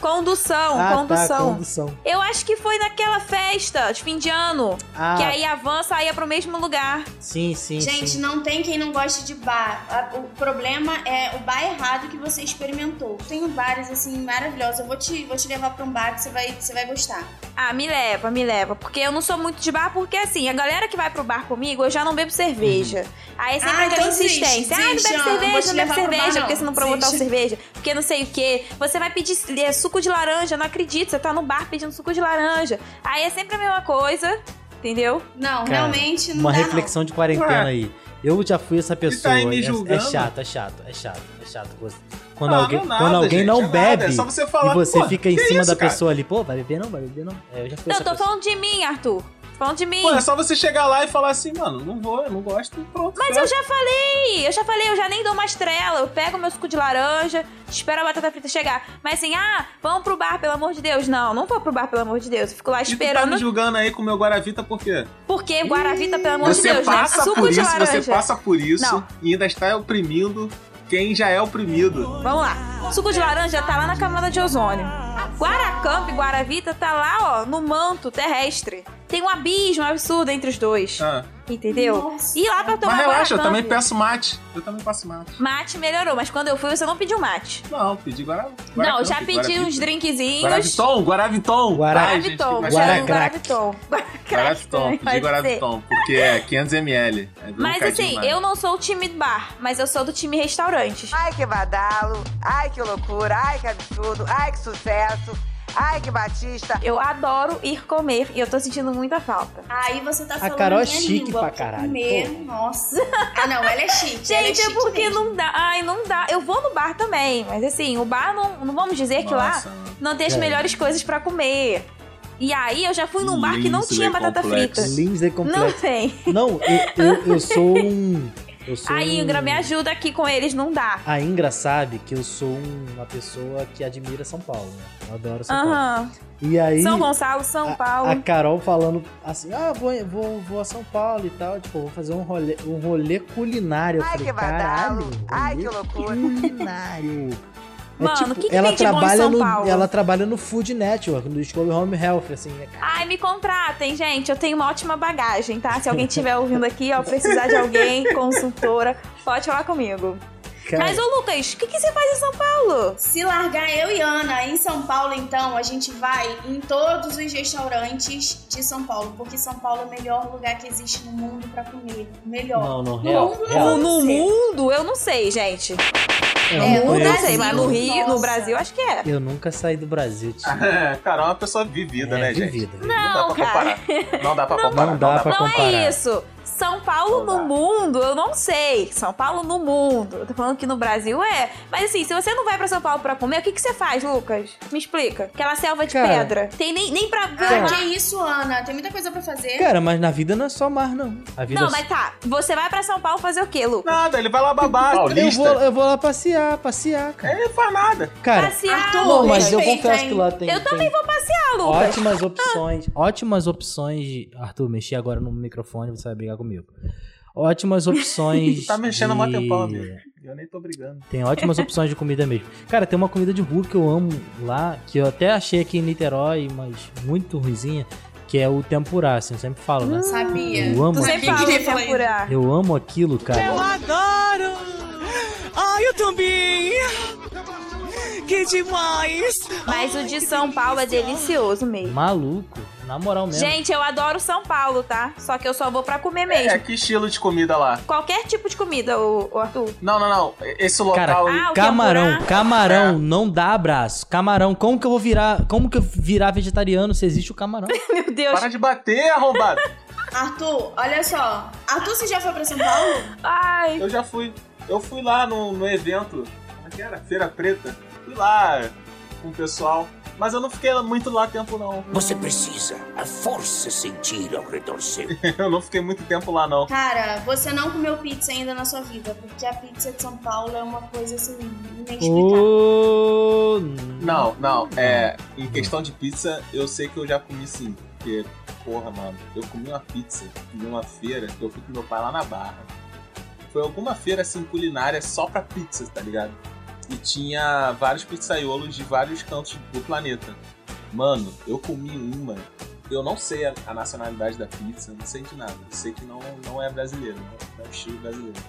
Speaker 5: Condução,
Speaker 4: ah, tá,
Speaker 5: condução.
Speaker 4: condução.
Speaker 5: Eu acho que foi naquela festa de fim de ano.
Speaker 4: Ah,
Speaker 5: Que aí a van saía pro mesmo lugar.
Speaker 4: sim, sim,
Speaker 6: Gente,
Speaker 4: sim.
Speaker 6: não tem quem não goste de bar. A- O problema é o bar errado que você experimentou. Tenho bares assim maravilhosos. Eu vou te, vou te levar pra um bar que você vai, você vai gostar.
Speaker 5: Ah, me leva, me leva. Porque eu não sou muito de bar, porque assim, a galera que vai pro bar comigo, eu já não bebo cerveja. Aí é sempre
Speaker 6: Ah,
Speaker 5: aquela
Speaker 6: então desiste,
Speaker 5: insistência. ah, não
Speaker 6: desiste,
Speaker 5: bebe
Speaker 6: ó, não vou
Speaker 5: cerveja,
Speaker 6: te
Speaker 5: não bebe
Speaker 6: levar pro
Speaker 5: cerveja,
Speaker 6: bar, não.
Speaker 5: porque você não provou tal
Speaker 6: Desiste.
Speaker 5: cerveja, porque não sei o quê. Você vai pedir é, suco de laranja, eu não acredito, você tá no bar pedindo suco de laranja. Aí é sempre a mesma coisa, entendeu?
Speaker 6: Não,
Speaker 4: Cara,
Speaker 6: realmente não
Speaker 4: Uma
Speaker 6: dá,
Speaker 4: reflexão de quarentena
Speaker 3: Ué. tá
Speaker 4: aí. Eu já fui essa pessoa.
Speaker 3: aí me
Speaker 4: é- é,
Speaker 3: julgando?
Speaker 4: chato, é chato, é chato, é chato. Você- Quando
Speaker 3: Ah,
Speaker 4: alguém,
Speaker 3: não é nada,
Speaker 4: quando alguém
Speaker 3: gente, é
Speaker 4: não
Speaker 3: nada,
Speaker 4: bebe
Speaker 3: é só você falar,
Speaker 4: e você
Speaker 3: pô,
Speaker 4: fica em
Speaker 3: que
Speaker 4: cima
Speaker 3: isso,
Speaker 4: da
Speaker 3: cara?
Speaker 4: pessoa ali, pô, vai beber não, vai beber não. É, eu já fui
Speaker 5: Não, eu
Speaker 4: essa
Speaker 5: tô
Speaker 4: pessoa.
Speaker 5: falando de mim, Arthur. Tô falando de mim.
Speaker 3: Pô, é só você chegar lá e falar assim, mano, não vou, eu não gosto, e pronto.
Speaker 5: Mas
Speaker 3: cara.
Speaker 5: eu já falei, eu já falei, eu já nem dou mais trela, eu pego meu suco de laranja, espero a batata frita chegar. Mas assim, ah, vamos pro bar, pelo amor de Deus. Não, não vou pro bar, pelo amor de Deus. Eu fico lá
Speaker 3: E tu tá me
Speaker 5: esperando,
Speaker 3: julgando aí com o meu Guaravita por quê?
Speaker 5: porque Guaravita, pelo amor de
Speaker 3: Você
Speaker 5: Deus, né?
Speaker 3: passa
Speaker 5: Suco
Speaker 3: por
Speaker 5: de
Speaker 3: isso,
Speaker 5: laranja.
Speaker 3: você passa por isso
Speaker 5: Não.
Speaker 3: e ainda está oprimindo quem já é oprimido.
Speaker 5: Vamos lá. Suco de laranja tá lá na camada de ozônio. Guaracamp, Guaravita tá lá, ó, no manto terrestre. Tem um abismo absurdo entre os dois.
Speaker 3: Ah,
Speaker 5: Entendeu?
Speaker 6: Nossa.
Speaker 5: E lá pra tomar
Speaker 3: mas relaxa, eu
Speaker 5: Guaracan,
Speaker 3: também
Speaker 5: viu?
Speaker 3: peço mate. Eu também passo mate.
Speaker 5: Mate melhorou, mas quando eu fui, você não pediu mate.
Speaker 3: Não, pedi Guaraná.
Speaker 5: não, eu já pedi uns drinkzinhos.
Speaker 3: Guaraviton, Guaraviton.
Speaker 4: Guará-
Speaker 3: Ai, gente,
Speaker 5: Guaraviton,
Speaker 3: que
Speaker 5: Guaraviton,
Speaker 3: gostoso.
Speaker 4: Guaracrac.
Speaker 5: Guaraviton.
Speaker 3: Guaraviton,
Speaker 5: Guaraviton,
Speaker 3: pedi
Speaker 5: pode ser.
Speaker 3: Guaraviton, porque é 500ml. é
Speaker 5: Mas
Speaker 3: um bocadinho
Speaker 5: assim,
Speaker 3: mais.
Speaker 5: eu não sou o time bar, mas eu sou do time restaurantes.
Speaker 9: Ai que badalo, ai que loucura, ai que absurdo, ai que sucesso, ai que Batista.
Speaker 5: Eu adoro ir comer e eu tô sentindo muita falta.
Speaker 6: Aí você tá falando
Speaker 4: Carol é
Speaker 6: a minha
Speaker 4: chique
Speaker 6: língua,
Speaker 4: pra caralho,
Speaker 6: Comer,
Speaker 4: pô.
Speaker 6: nossa. Ah, não, ela é chique. ela
Speaker 5: Gente, é
Speaker 6: chique
Speaker 5: porque
Speaker 6: mesmo.
Speaker 5: não dá. Ai, não dá. Eu vou no bar também, mas assim, o bar não. Não vamos dizer que lá
Speaker 3: Nossa,
Speaker 5: não tem as
Speaker 4: É.
Speaker 5: melhores coisas pra comer. E aí eu já fui num bar que não
Speaker 3: Lindsay
Speaker 5: tinha
Speaker 3: né,
Speaker 5: batata
Speaker 3: Complexo.
Speaker 5: frita.
Speaker 4: Lins é
Speaker 5: Não
Speaker 4: completo.
Speaker 5: tem.
Speaker 4: Não, eu, eu, eu sou um. Eu sou
Speaker 5: A
Speaker 4: um...
Speaker 5: Ingra, me ajuda aqui com eles, não dá.
Speaker 4: A Ingra sabe que eu sou um- uma pessoa que admira São Paulo, né? Eu adoro
Speaker 3: é
Speaker 4: São Paulo.
Speaker 5: Aham.
Speaker 4: E aí.
Speaker 5: São Gonçalo, São
Speaker 4: a-
Speaker 5: Paulo.
Speaker 4: A, Carol falando assim: ah, vou, vou, vou a São Paulo e tal. Tipo, vou fazer um rolê, um rolê culinário. Eu
Speaker 9: Ai
Speaker 4: falei,
Speaker 9: que
Speaker 4: caralho. é
Speaker 9: badalo, ai que
Speaker 4: rolê
Speaker 9: loucura.
Speaker 4: Culinário. É
Speaker 5: Mano,
Speaker 4: tipo,
Speaker 5: o que que
Speaker 4: ela
Speaker 5: tem de bom em
Speaker 4: trabalha
Speaker 5: São
Speaker 4: no,
Speaker 5: Paulo?
Speaker 4: Ela trabalha no Food Network, no Discovery Home Health, assim. né, cara?
Speaker 5: Ai, me contratem, gente. Eu tenho uma ótima bagagem, tá? Se alguém estiver ouvindo aqui, ó, precisar de alguém, consultora, pode falar comigo. Mas, ô Lucas, o que, que você faz em São Paulo?
Speaker 6: Se largar eu e Ana em São Paulo, então, a gente vai em todos os restaurantes de São Paulo, porque São Paulo é o melhor lugar que existe no mundo pra comer. O Melhor.
Speaker 4: Não, não,
Speaker 6: No
Speaker 4: real.
Speaker 6: mundo,
Speaker 4: real.
Speaker 5: No, no
Speaker 6: sei.
Speaker 5: mundo, eu não sei, gente.
Speaker 4: Eu
Speaker 6: É,
Speaker 4: não
Speaker 6: no
Speaker 5: Eu não
Speaker 4: conheço.
Speaker 5: sei, mas no
Speaker 6: Brasil,
Speaker 5: Rio, no
Speaker 6: nossa.
Speaker 5: Brasil, acho que é.
Speaker 4: Eu nunca saí do Brasil, tio.
Speaker 3: É, Carol é uma pessoa vivida,
Speaker 4: É,
Speaker 3: né, gente?
Speaker 4: vivida.
Speaker 5: Não, cara.
Speaker 3: comparar. Não dá pra comparar.
Speaker 4: Não dá pra
Speaker 5: Não
Speaker 4: comparar.
Speaker 5: é isso. São Paulo no mundo, eu não sei. São Paulo no mundo. Eu tô falando que no Brasil é. Mas assim, se você não vai pra São Paulo pra comer, o que, que você faz, Lucas? Me explica. Aquela selva de
Speaker 4: Cara.
Speaker 5: pedra. Tem nem, nem pra ver
Speaker 6: Ah,
Speaker 5: lá.
Speaker 6: que isso, Ana? Tem muita coisa pra fazer.
Speaker 4: Cara, mas na vida não é só mar, não. A vida
Speaker 5: Não,
Speaker 4: é só...
Speaker 5: mas tá. Você vai pra São Paulo fazer o quê, Lucas?
Speaker 3: Nada, ele vai lá babar.
Speaker 4: eu,
Speaker 3: Paulista.
Speaker 4: vou, eu vou lá passear, passear, cara.
Speaker 3: Ele não faz nada.
Speaker 4: Cara,
Speaker 5: É,
Speaker 4: ah,
Speaker 5: Passear,
Speaker 6: Arthur,
Speaker 4: não, mas eu
Speaker 6: respeita,
Speaker 4: confesso
Speaker 6: hein?
Speaker 4: que lá tem,
Speaker 5: Eu
Speaker 4: tem
Speaker 5: também vou
Speaker 4: tá,
Speaker 5: passear, Lucas.
Speaker 4: ótimas opções. Ótimas opções. de- Arthur, mexi agora no microfone, você vai brigar comigo. Ótimas opções.
Speaker 3: Tá mexendo há mó
Speaker 4: de-
Speaker 3: tempão, amigo. Eu nem tô brigando.
Speaker 4: Tem ótimas opções de comida mesmo. Cara, tem uma comida de rua que eu amo lá, que eu até achei aqui em Niterói, mas muito ruizinha, que é o tempurá, assim, eu sempre falo, né?
Speaker 6: Sabia.
Speaker 4: Eu amo
Speaker 5: Hum. Tu
Speaker 6: Você
Speaker 5: sempre
Speaker 6: Sabia
Speaker 5: fala
Speaker 6: que
Speaker 5: que
Speaker 6: ele ia falar isso.
Speaker 5: temporá.
Speaker 4: Eu amo aquilo,
Speaker 8: Eu
Speaker 4: cara.
Speaker 8: adoro! Ai, eu também! Que demais!
Speaker 5: Mas o de São Paulo é delicioso mesmo.
Speaker 4: Maluco, na moral mesmo.
Speaker 5: Gente, eu adoro São Paulo, tá? Só que eu só vou pra comer mesmo.
Speaker 3: É, que estilo de comida lá?
Speaker 5: Qualquer tipo de comida, o, Arthur.
Speaker 3: Não, não, não. Esse local...
Speaker 4: Cara,
Speaker 5: Ah, o
Speaker 4: camarão,
Speaker 5: tempurá.
Speaker 4: camarão, não dá abraço. Camarão, como que eu vou virar, como que eu virar vegetariano se existe o camarão?
Speaker 5: Meu Deus.
Speaker 3: Para de bater, arrombado.
Speaker 6: Arthur, olha só. Arthur, você já foi pra São Paulo?
Speaker 5: Ai.
Speaker 3: Eu já fui. Eu fui lá no, no evento. Como é que era? Feira Preta. Fui lá com o pessoal. Mas eu não fiquei muito lá tempo, não.
Speaker 8: Você precisa a força sentir ao redor seu.
Speaker 3: Eu não fiquei muito tempo lá, não.
Speaker 6: Cara, você não comeu pizza ainda na sua vida, porque a pizza de São Paulo é uma coisa assim, inexplicável.
Speaker 4: Ô,
Speaker 3: Não, não. É. Em questão de pizza, eu sei que eu já comi sim. Porque, porra, mano, eu comi uma pizza em uma feira que eu fui com meu pai lá na barra. Foi alguma feira assim culinária só pra pizza, tá ligado? E tinha vários pizzaiolos de vários cantos do planeta. Mano, eu comi uma. Eu não sei a, a nacionalidade da pizza, não sei de nada. Eu sei que não, não é brasileiro, não é um estilo brasileiro.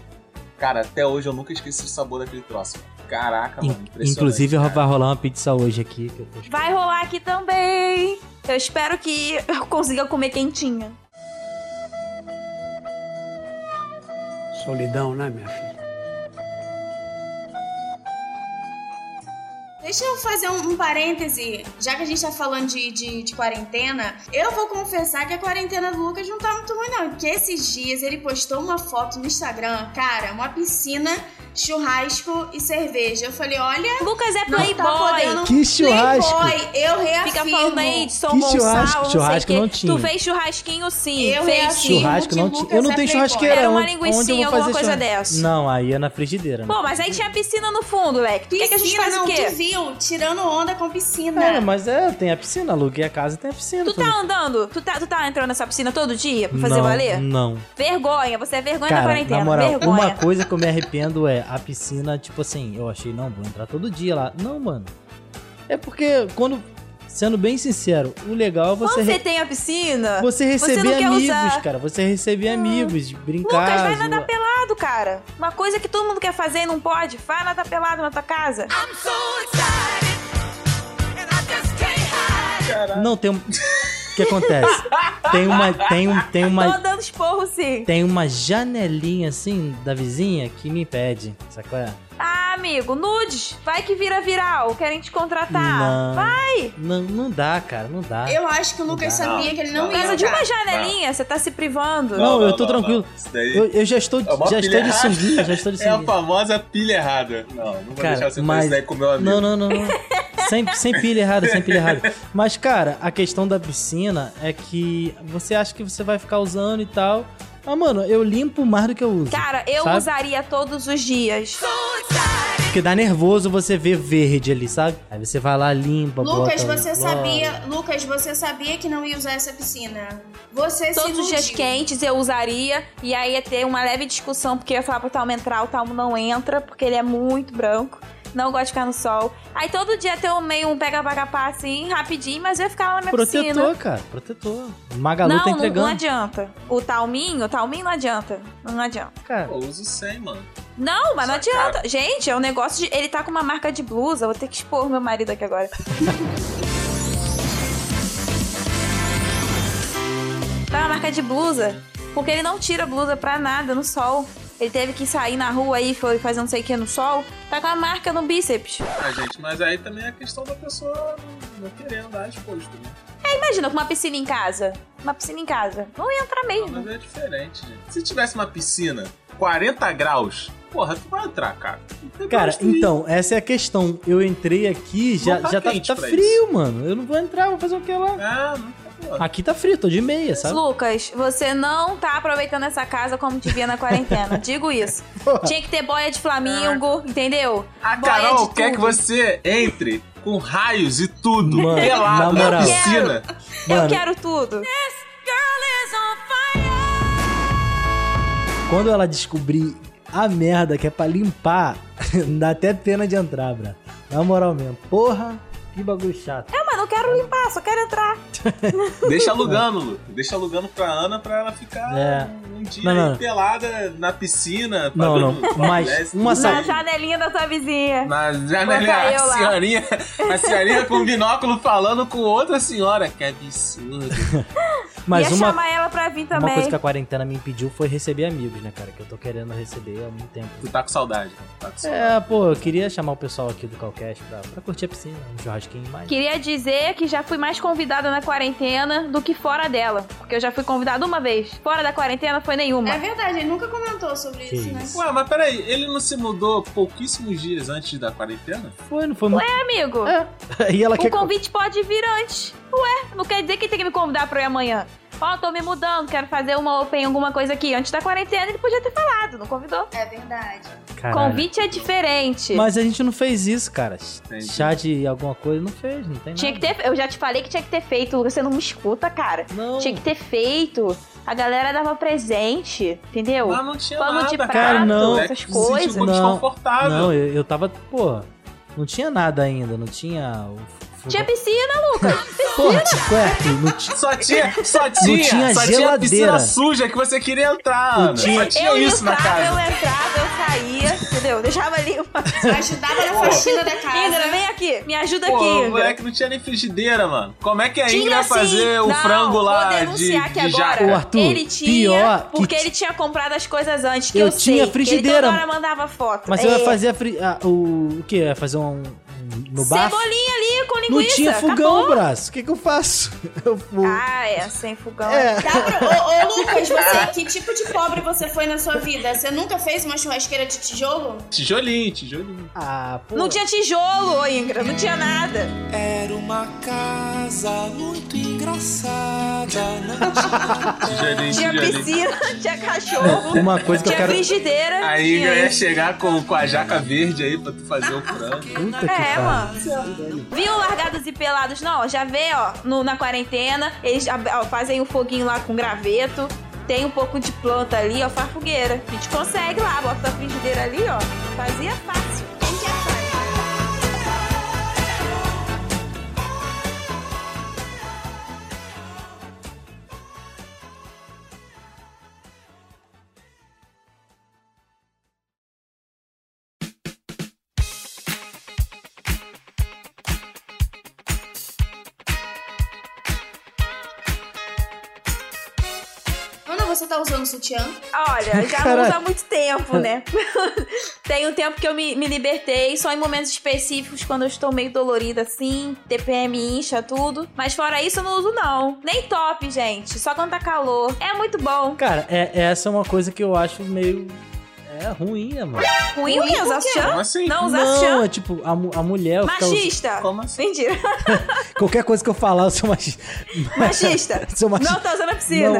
Speaker 3: Cara, até hoje eu nunca esqueci o sabor daquele troço. Caraca, mano, Tá impressionante.
Speaker 4: Inclusive
Speaker 3: cara.
Speaker 4: vai rolar uma pizza hoje aqui. Que eu tô
Speaker 5: Vai rolar aqui também. Eu espero que eu consiga comer quentinha.
Speaker 1: Solidão, né, minha filha?
Speaker 6: Deixa eu fazer um, um parêntese. Já que a gente tá falando de, de, de quarentena, eu vou confessar que a quarentena do Lucas não tá muito ruim, não. Porque esses dias ele postou uma foto no Instagram, cara, uma piscina, churrasco e cerveja. Eu falei, olha,
Speaker 5: Lucas é
Speaker 6: não
Speaker 5: playboy.
Speaker 6: tá podendo. assim,
Speaker 4: Que churrasco!
Speaker 6: Playboy, eu reafirmo.
Speaker 5: Fica falando aí de São
Speaker 4: Que
Speaker 5: Gonçalo,
Speaker 4: churrasco?
Speaker 5: não
Speaker 4: Churrasco
Speaker 5: sei o quê.
Speaker 4: não tinha.
Speaker 5: Tu fez churrasquinho sim.
Speaker 6: Eu
Speaker 5: fez
Speaker 6: reafirmo.
Speaker 5: sim.
Speaker 4: Churrasco não
Speaker 6: Lucas
Speaker 4: tinha. Eu não
Speaker 6: é
Speaker 4: tenho
Speaker 6: playboy.
Speaker 4: churrasqueira.
Speaker 5: Era uma
Speaker 4: onde- onde eu
Speaker 5: linguicinha,
Speaker 4: vou
Speaker 5: alguma
Speaker 4: fazer
Speaker 5: coisa
Speaker 4: churrasco?
Speaker 5: dessa.
Speaker 4: Não, aí é na frigideira. né?
Speaker 5: Pô, mas aí tinha piscina no fundo, Leque. Por que, que a gente
Speaker 6: Piscina,
Speaker 5: faz
Speaker 6: não,
Speaker 5: o quê?
Speaker 6: tu viu? Tirando onda com piscina.
Speaker 4: É, mas é, tem a piscina, aluguei a casa e tem a piscina.
Speaker 5: Tu
Speaker 4: tudo.
Speaker 5: tá andando? Tu tá, tu tá entrando nessa piscina todo dia pra fazer
Speaker 4: não,
Speaker 5: valer?
Speaker 4: Não.
Speaker 5: Vergonha, você é vergonha da
Speaker 4: Cara,
Speaker 5: quarentena.
Speaker 4: na moral,
Speaker 5: vergonha.
Speaker 4: uma coisa é que eu me arrependo é a piscina, tipo assim, eu achei, não, vou entrar todo dia lá. Não, mano. É porque quando Sendo bem sincero, o legal é você,
Speaker 5: Quando você
Speaker 4: re-
Speaker 5: tem a piscina,
Speaker 4: você receber
Speaker 5: não quer
Speaker 4: amigos,
Speaker 5: usar. Hum.
Speaker 4: cara. Você receber amigos, brincar.
Speaker 5: Lucas, vai
Speaker 4: zoar.
Speaker 5: nadar pelado, cara. Uma coisa que todo mundo quer fazer e não pode, vai nadar pelado na tua casa.
Speaker 4: Não, tem um... O que acontece? Tem uma, tem um, tem uma,
Speaker 5: Tô dando esporro, sim.
Speaker 4: tem uma janelinha, assim, da vizinha que me impede, sabe qual é?
Speaker 5: Ah, amigo, nudes. Vai que vira viral. Querem te contratar.
Speaker 4: Não.
Speaker 5: Vai.
Speaker 4: Não, não dá, cara, não dá.
Speaker 6: Eu acho que o Lucas
Speaker 3: Não,
Speaker 6: sabia que ele não
Speaker 3: não.
Speaker 5: Por
Speaker 6: ia
Speaker 5: causa de
Speaker 6: entrar.
Speaker 5: uma janelinha, você tá se privando.
Speaker 4: Não. eu tô tranquilo.
Speaker 3: Isso daí
Speaker 4: Eu, eu já estou,
Speaker 3: é uma pilha
Speaker 4: já estou de
Speaker 3: errada.
Speaker 4: sunguinha, já estou de
Speaker 3: É a
Speaker 4: sunguinha.
Speaker 3: famosa pilha errada. Não, não vou
Speaker 4: Cara,
Speaker 3: deixar você fazer
Speaker 4: mas-
Speaker 3: isso daí com meu amigo.
Speaker 4: Não, não, não, não. Sem, sem pilha errada, sem pilha errada. Mas, cara, a questão da piscina é que você acha que você vai ficar usando e tal. Ah, mano, eu limpo mais do que eu uso.
Speaker 5: Cara, eu
Speaker 4: Sabe?
Speaker 5: usaria todos os dias.
Speaker 4: Porque dá nervoso você ver verde ali, sabe? Aí você vai lá, limpa,
Speaker 6: Lucas,
Speaker 4: bota um
Speaker 6: você
Speaker 4: flora.
Speaker 6: sabia. Lucas, você sabia que não ia usar essa piscina. Você se
Speaker 5: Todos os dias
Speaker 6: iludiu.
Speaker 5: quentes eu usaria. E aí ia ter uma leve discussão, porque eu ia falar pro Talmo entrar, o Talmo não entra, porque ele é muito branco. Não gosta de ficar no sol. Aí todo dia tem um meio um pega-bagapá assim, rapidinho, mas eu ia ficar lá na minha piscina.
Speaker 4: Protetor, cara, protetor. Magalu
Speaker 5: não,
Speaker 4: tá
Speaker 5: não-
Speaker 4: entregando.
Speaker 5: não adianta. O Talminho, o Talminho não adianta. Não adianta.
Speaker 4: Cara,
Speaker 3: Eu uso 100, mano.
Speaker 5: Não, mas não
Speaker 3: Só
Speaker 5: adianta. Gente, é um negócio de. Ele tá com uma marca de blusa. Vou ter que expor meu marido aqui agora. tá uma marca de blusa. Porque ele não tira blusa pra nada no sol. Ele teve que sair na rua aí, foi fazer não sei o que no sol. Tá com a marca no bíceps.
Speaker 3: Ah, gente, mas aí também é a questão da pessoa não- não querer andar exposto. Né?
Speaker 5: Imagina com uma piscina em casa. Uma piscina em casa. Não ia entrar
Speaker 3: Não,
Speaker 5: mesmo.
Speaker 3: mas é diferente, gente. Se tivesse uma piscina, 40 graus, porra, tu vai entrar, cara. Não tem pra
Speaker 4: cara,
Speaker 3: onde tu ir.
Speaker 4: então, essa é a questão. Eu entrei aqui, já
Speaker 3: tá
Speaker 4: já tá,
Speaker 3: quente
Speaker 4: tá
Speaker 3: pra
Speaker 4: frio, mano. Eu não vou entrar, vou fazer o que lá?
Speaker 3: Ah, não tem problema.
Speaker 4: Aqui tá frio, tô de meia, sabe?
Speaker 5: Lucas, você não tá aproveitando essa casa como devia na quarentena. Digo isso. Tinha que ter boia de flamingo, entendeu?
Speaker 3: A
Speaker 5: Boia
Speaker 3: Ah, Carol
Speaker 5: de
Speaker 3: quer
Speaker 5: tudo.
Speaker 3: que você entre com raios e tudo,
Speaker 4: Mano,
Speaker 3: pelado
Speaker 4: na
Speaker 3: na,
Speaker 4: moral.
Speaker 3: piscina.
Speaker 5: Eu
Speaker 4: Mano,
Speaker 5: quero tudo.
Speaker 4: Quando ela descobrir a merda que é pra limpar, dá até pena de entrar, bra. Na moral mesmo. Porra, que bagulho chato.
Speaker 5: Não, mas não Ah, quero limpar, só quero entrar.
Speaker 3: Deixa alugando, Lu. Deixa alugando pra Ana pra ela ficar
Speaker 4: É.
Speaker 3: um dia
Speaker 4: Não, não.
Speaker 3: aí pelada na piscina.
Speaker 4: Não,
Speaker 3: pagando
Speaker 4: não. Mas
Speaker 3: R$10.
Speaker 4: uma sa-
Speaker 5: Na
Speaker 4: Sabe-
Speaker 5: janelinha da sua vizinha.
Speaker 3: Na janelinha,
Speaker 5: eu
Speaker 3: a
Speaker 5: lá.
Speaker 3: senhorinha, a senhorinha com binóculo falando com outra senhora. Que absurdo.
Speaker 4: Mas
Speaker 5: Ia
Speaker 4: uma,
Speaker 5: chamar ela pra vir
Speaker 4: uma
Speaker 5: também.
Speaker 4: coisa que a quarentena me impediu foi receber amigos, né, cara? Que eu tô querendo receber há muito tempo.
Speaker 3: Tu tá com saudade. né? Tá com saudade.
Speaker 4: É, pô, eu queria chamar o pessoal aqui do Calcast pra, pra curtir a piscina, um churrasquinho, mas...
Speaker 5: Queria dizer que já fui mais convidada na quarentena do que fora dela. Porque eu já fui convidada uma vez. Fora da quarentena foi nenhuma.
Speaker 6: É verdade, ele nunca comentou sobre
Speaker 4: Que
Speaker 6: isso, né?
Speaker 5: É.
Speaker 4: isso.
Speaker 3: Ué, mas peraí, ele não se mudou pouquíssimos dias antes da quarentena?
Speaker 4: Foi, não foi muito...
Speaker 5: Amigo,
Speaker 4: e ela
Speaker 5: o
Speaker 4: quer...
Speaker 5: convite pode vir antes. Ué, não quer dizer que tem que me convidar pra eu ir amanhã. Ó, tô me mudando, quero fazer uma open, alguma coisa aqui. Antes da quarentena ele podia ter falado, não convidou.
Speaker 6: É verdade.
Speaker 4: Caralho.
Speaker 5: Convite é diferente.
Speaker 4: Mas a gente não fez isso, cara.
Speaker 3: Entendi.
Speaker 4: Chá de alguma coisa não fez, não tem
Speaker 5: Tinha que
Speaker 4: nada.
Speaker 5: ter, eu já te falei que tinha que ter feito, Lucas, você não me escuta, cara.
Speaker 4: Não,
Speaker 5: Tinha que ter feito. A galera dava presente, entendeu?
Speaker 3: Mas não tinha
Speaker 5: Pano
Speaker 3: nada,
Speaker 5: de prato,
Speaker 4: Cara, não.
Speaker 5: essas
Speaker 3: Tu se sentiu
Speaker 5: coisas.
Speaker 3: muito
Speaker 4: Não.
Speaker 3: desconfortável.
Speaker 4: não, eu, eu tava, pô, não tinha nada ainda, não tinha... o f-
Speaker 5: Tinha piscina, Lucas.
Speaker 4: Porra, Tiqueto, não ti-
Speaker 3: Só tinha, só tinha,
Speaker 4: tinha
Speaker 3: só tinha
Speaker 4: geladeira.
Speaker 3: piscina suja que você queria entrar,
Speaker 4: Não
Speaker 3: Ana.
Speaker 4: tinha-
Speaker 3: Só tinha
Speaker 5: eu
Speaker 3: isso na
Speaker 5: entrava, eu
Speaker 3: casa.
Speaker 5: entrava, eu saía, entendeu? Deixava ali uma
Speaker 6: Ajudava na faxina da
Speaker 5: Ingra,
Speaker 6: casa.
Speaker 5: vem aqui. Me ajuda
Speaker 3: Pô,
Speaker 5: aqui,
Speaker 3: o
Speaker 5: Ingra.
Speaker 3: moleque não tinha nem frigideira, mano. Como é que a Ingrid
Speaker 5: Tinha
Speaker 3: vai
Speaker 5: sim.
Speaker 3: fazer o
Speaker 5: Não,
Speaker 3: frango lá
Speaker 5: vou
Speaker 3: de,
Speaker 5: denunciar aqui
Speaker 3: de
Speaker 5: agora.
Speaker 4: Ô,
Speaker 3: jaca?
Speaker 4: Arthur,
Speaker 5: ele tinha,
Speaker 4: pior que
Speaker 5: porque
Speaker 4: ti-
Speaker 5: ele tinha comprado as coisas antes, que
Speaker 4: Eu
Speaker 5: eu,
Speaker 4: tinha
Speaker 5: sei. que
Speaker 4: frigideira.
Speaker 5: Ele toda hora mandava foto.
Speaker 4: Mas você vai
Speaker 5: É.
Speaker 4: fazer a fri... a- o... o que? Vai fazer um... um- no bar?
Speaker 5: Cebolinha ali com
Speaker 4: Não
Speaker 5: linguiça.
Speaker 4: tinha fogão,
Speaker 5: acabou.
Speaker 4: braço. O que que eu faço? Eu vou...
Speaker 5: Ah, é, sem fogão.
Speaker 4: É.
Speaker 6: Dá pra- Ô, ô, Lucas, você, que tipo de pobre você foi na sua vida? Você nunca fez uma churrasqueira de tijolo?
Speaker 3: Tijolinho, tijolinho.
Speaker 4: Ah, pô.
Speaker 5: Não tinha tijolo, ô Ingra, não tinha nada.
Speaker 8: Era uma casa muito engraçada. Não
Speaker 3: Tijolinho,
Speaker 5: Tinha
Speaker 3: tijolinho.
Speaker 5: piscina, tinha cachorro,
Speaker 4: Uma coisa que eu
Speaker 5: tinha
Speaker 4: quero...
Speaker 5: frigideira.
Speaker 3: A é
Speaker 5: tinha
Speaker 3: Ingrid ia
Speaker 5: isso.
Speaker 3: chegar com, com a jaca verde aí pra tu fazer o frango.
Speaker 4: Puta que
Speaker 5: É,
Speaker 4: pariu.
Speaker 5: mano. Viu largados e pelados? Não, ó, já vê, ó, no- na quarentena, eles ab- ó, fazem um foguinho lá com graveto, tem um pouco de planta ali, ó, faz fogueira. A gente consegue lá, bota a frigideira ali, ó, fazia fácil. Quem que é fácil?
Speaker 6: você tá usando sutiã?
Speaker 5: Olha, já não
Speaker 4: Caralho.
Speaker 5: uso há muito tempo, né? Tem um tempo que eu me, me libertei, só em momentos específicos, quando eu estou meio dolorida assim, TPM incha tudo. Mas fora isso, eu não uso, não. Nem top, gente. Só quando tá calor. É muito bom.
Speaker 4: Cara, é, essa é uma coisa que eu acho meio. É ruim, né, mano?
Speaker 5: Ruim o quê? Usar sutiã?
Speaker 3: Como assim?
Speaker 5: Não, usar
Speaker 4: Não,
Speaker 5: sutiã.
Speaker 4: é tipo, a, mu- a mulher. fica us-
Speaker 5: Machista.
Speaker 3: Como assim?
Speaker 5: Mentira.
Speaker 4: Qualquer coisa que eu falar, eu sou machista.
Speaker 5: Machista.
Speaker 4: sou machista.
Speaker 5: Não tá usando a piscina.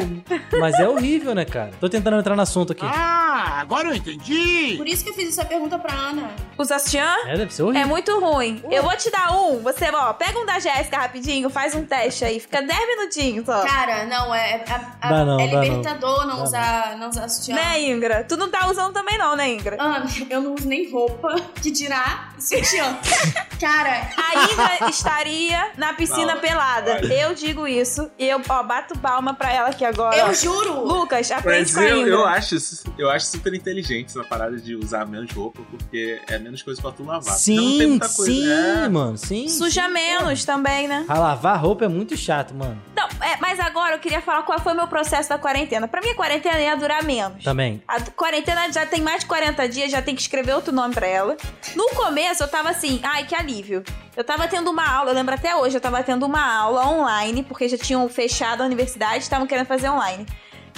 Speaker 4: Não, mas é horrível, né, cara? Tô tentando entrar no assunto aqui.
Speaker 8: Ah, agora eu entendi!
Speaker 6: Por isso que eu fiz essa pergunta pra Ana.
Speaker 5: Usar sutiã?
Speaker 4: É, deve ser
Speaker 5: É
Speaker 4: horrível.
Speaker 5: muito ruim. Eu vou te dar um. Você, ó, pega um da Jéssica rapidinho, faz um teste aí. Fica 10 minutinhos só.
Speaker 6: Cara, não, é, é- a- a-
Speaker 4: Dá não,
Speaker 6: é
Speaker 4: dá não.
Speaker 6: libertador não,
Speaker 4: Dá
Speaker 6: usar, não usar sutiã.
Speaker 5: Né, Ingra? Tu não tá usando também, não, né, Ingra?
Speaker 6: Ana, eu não uso nem roupa que dirá sutiã. Cara,
Speaker 5: A Ingra estaria na piscina
Speaker 3: Não.
Speaker 5: pelada.
Speaker 3: Olha.
Speaker 5: Eu digo isso. E eu, ó, bato palma pra ela aqui agora.
Speaker 6: eu juro.
Speaker 5: Lucas, aprende
Speaker 3: Mas
Speaker 5: com a
Speaker 3: eu,
Speaker 5: Ingra.
Speaker 3: eu acho, isso- eu acho super inteligente essa parada de usar menos roupa, porque é menos coisa pra tu lavar. Porque não tem
Speaker 4: Sim,
Speaker 3: muita coisa.
Speaker 4: sim,
Speaker 3: É,
Speaker 4: mano. Sim.
Speaker 5: Suja
Speaker 4: sim.
Speaker 5: menos também, né?
Speaker 4: Ah, lavar roupa é muito chato, mano.
Speaker 5: Não, é, mas agora eu queria falar qual foi o meu processo da quarentena. Pra mim, a quarentena ia durar menos.
Speaker 4: Também.
Speaker 5: A quarentena já tem mais de 40 dias, já tem que escrever outro nome pra ela. No começo eu tava assim, ai que alívio. Eu tava tendo uma aula, eu lembro até hoje, eu tava tendo uma aula online, porque já tinham fechado a universidade, estavam querendo fazer online.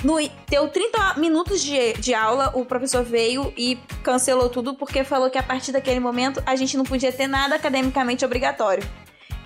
Speaker 5: No, deu 30 minutos de, de aula, o professor veio e cancelou tudo, porque falou que a partir daquele momento a gente não podia ter nada academicamente obrigatório.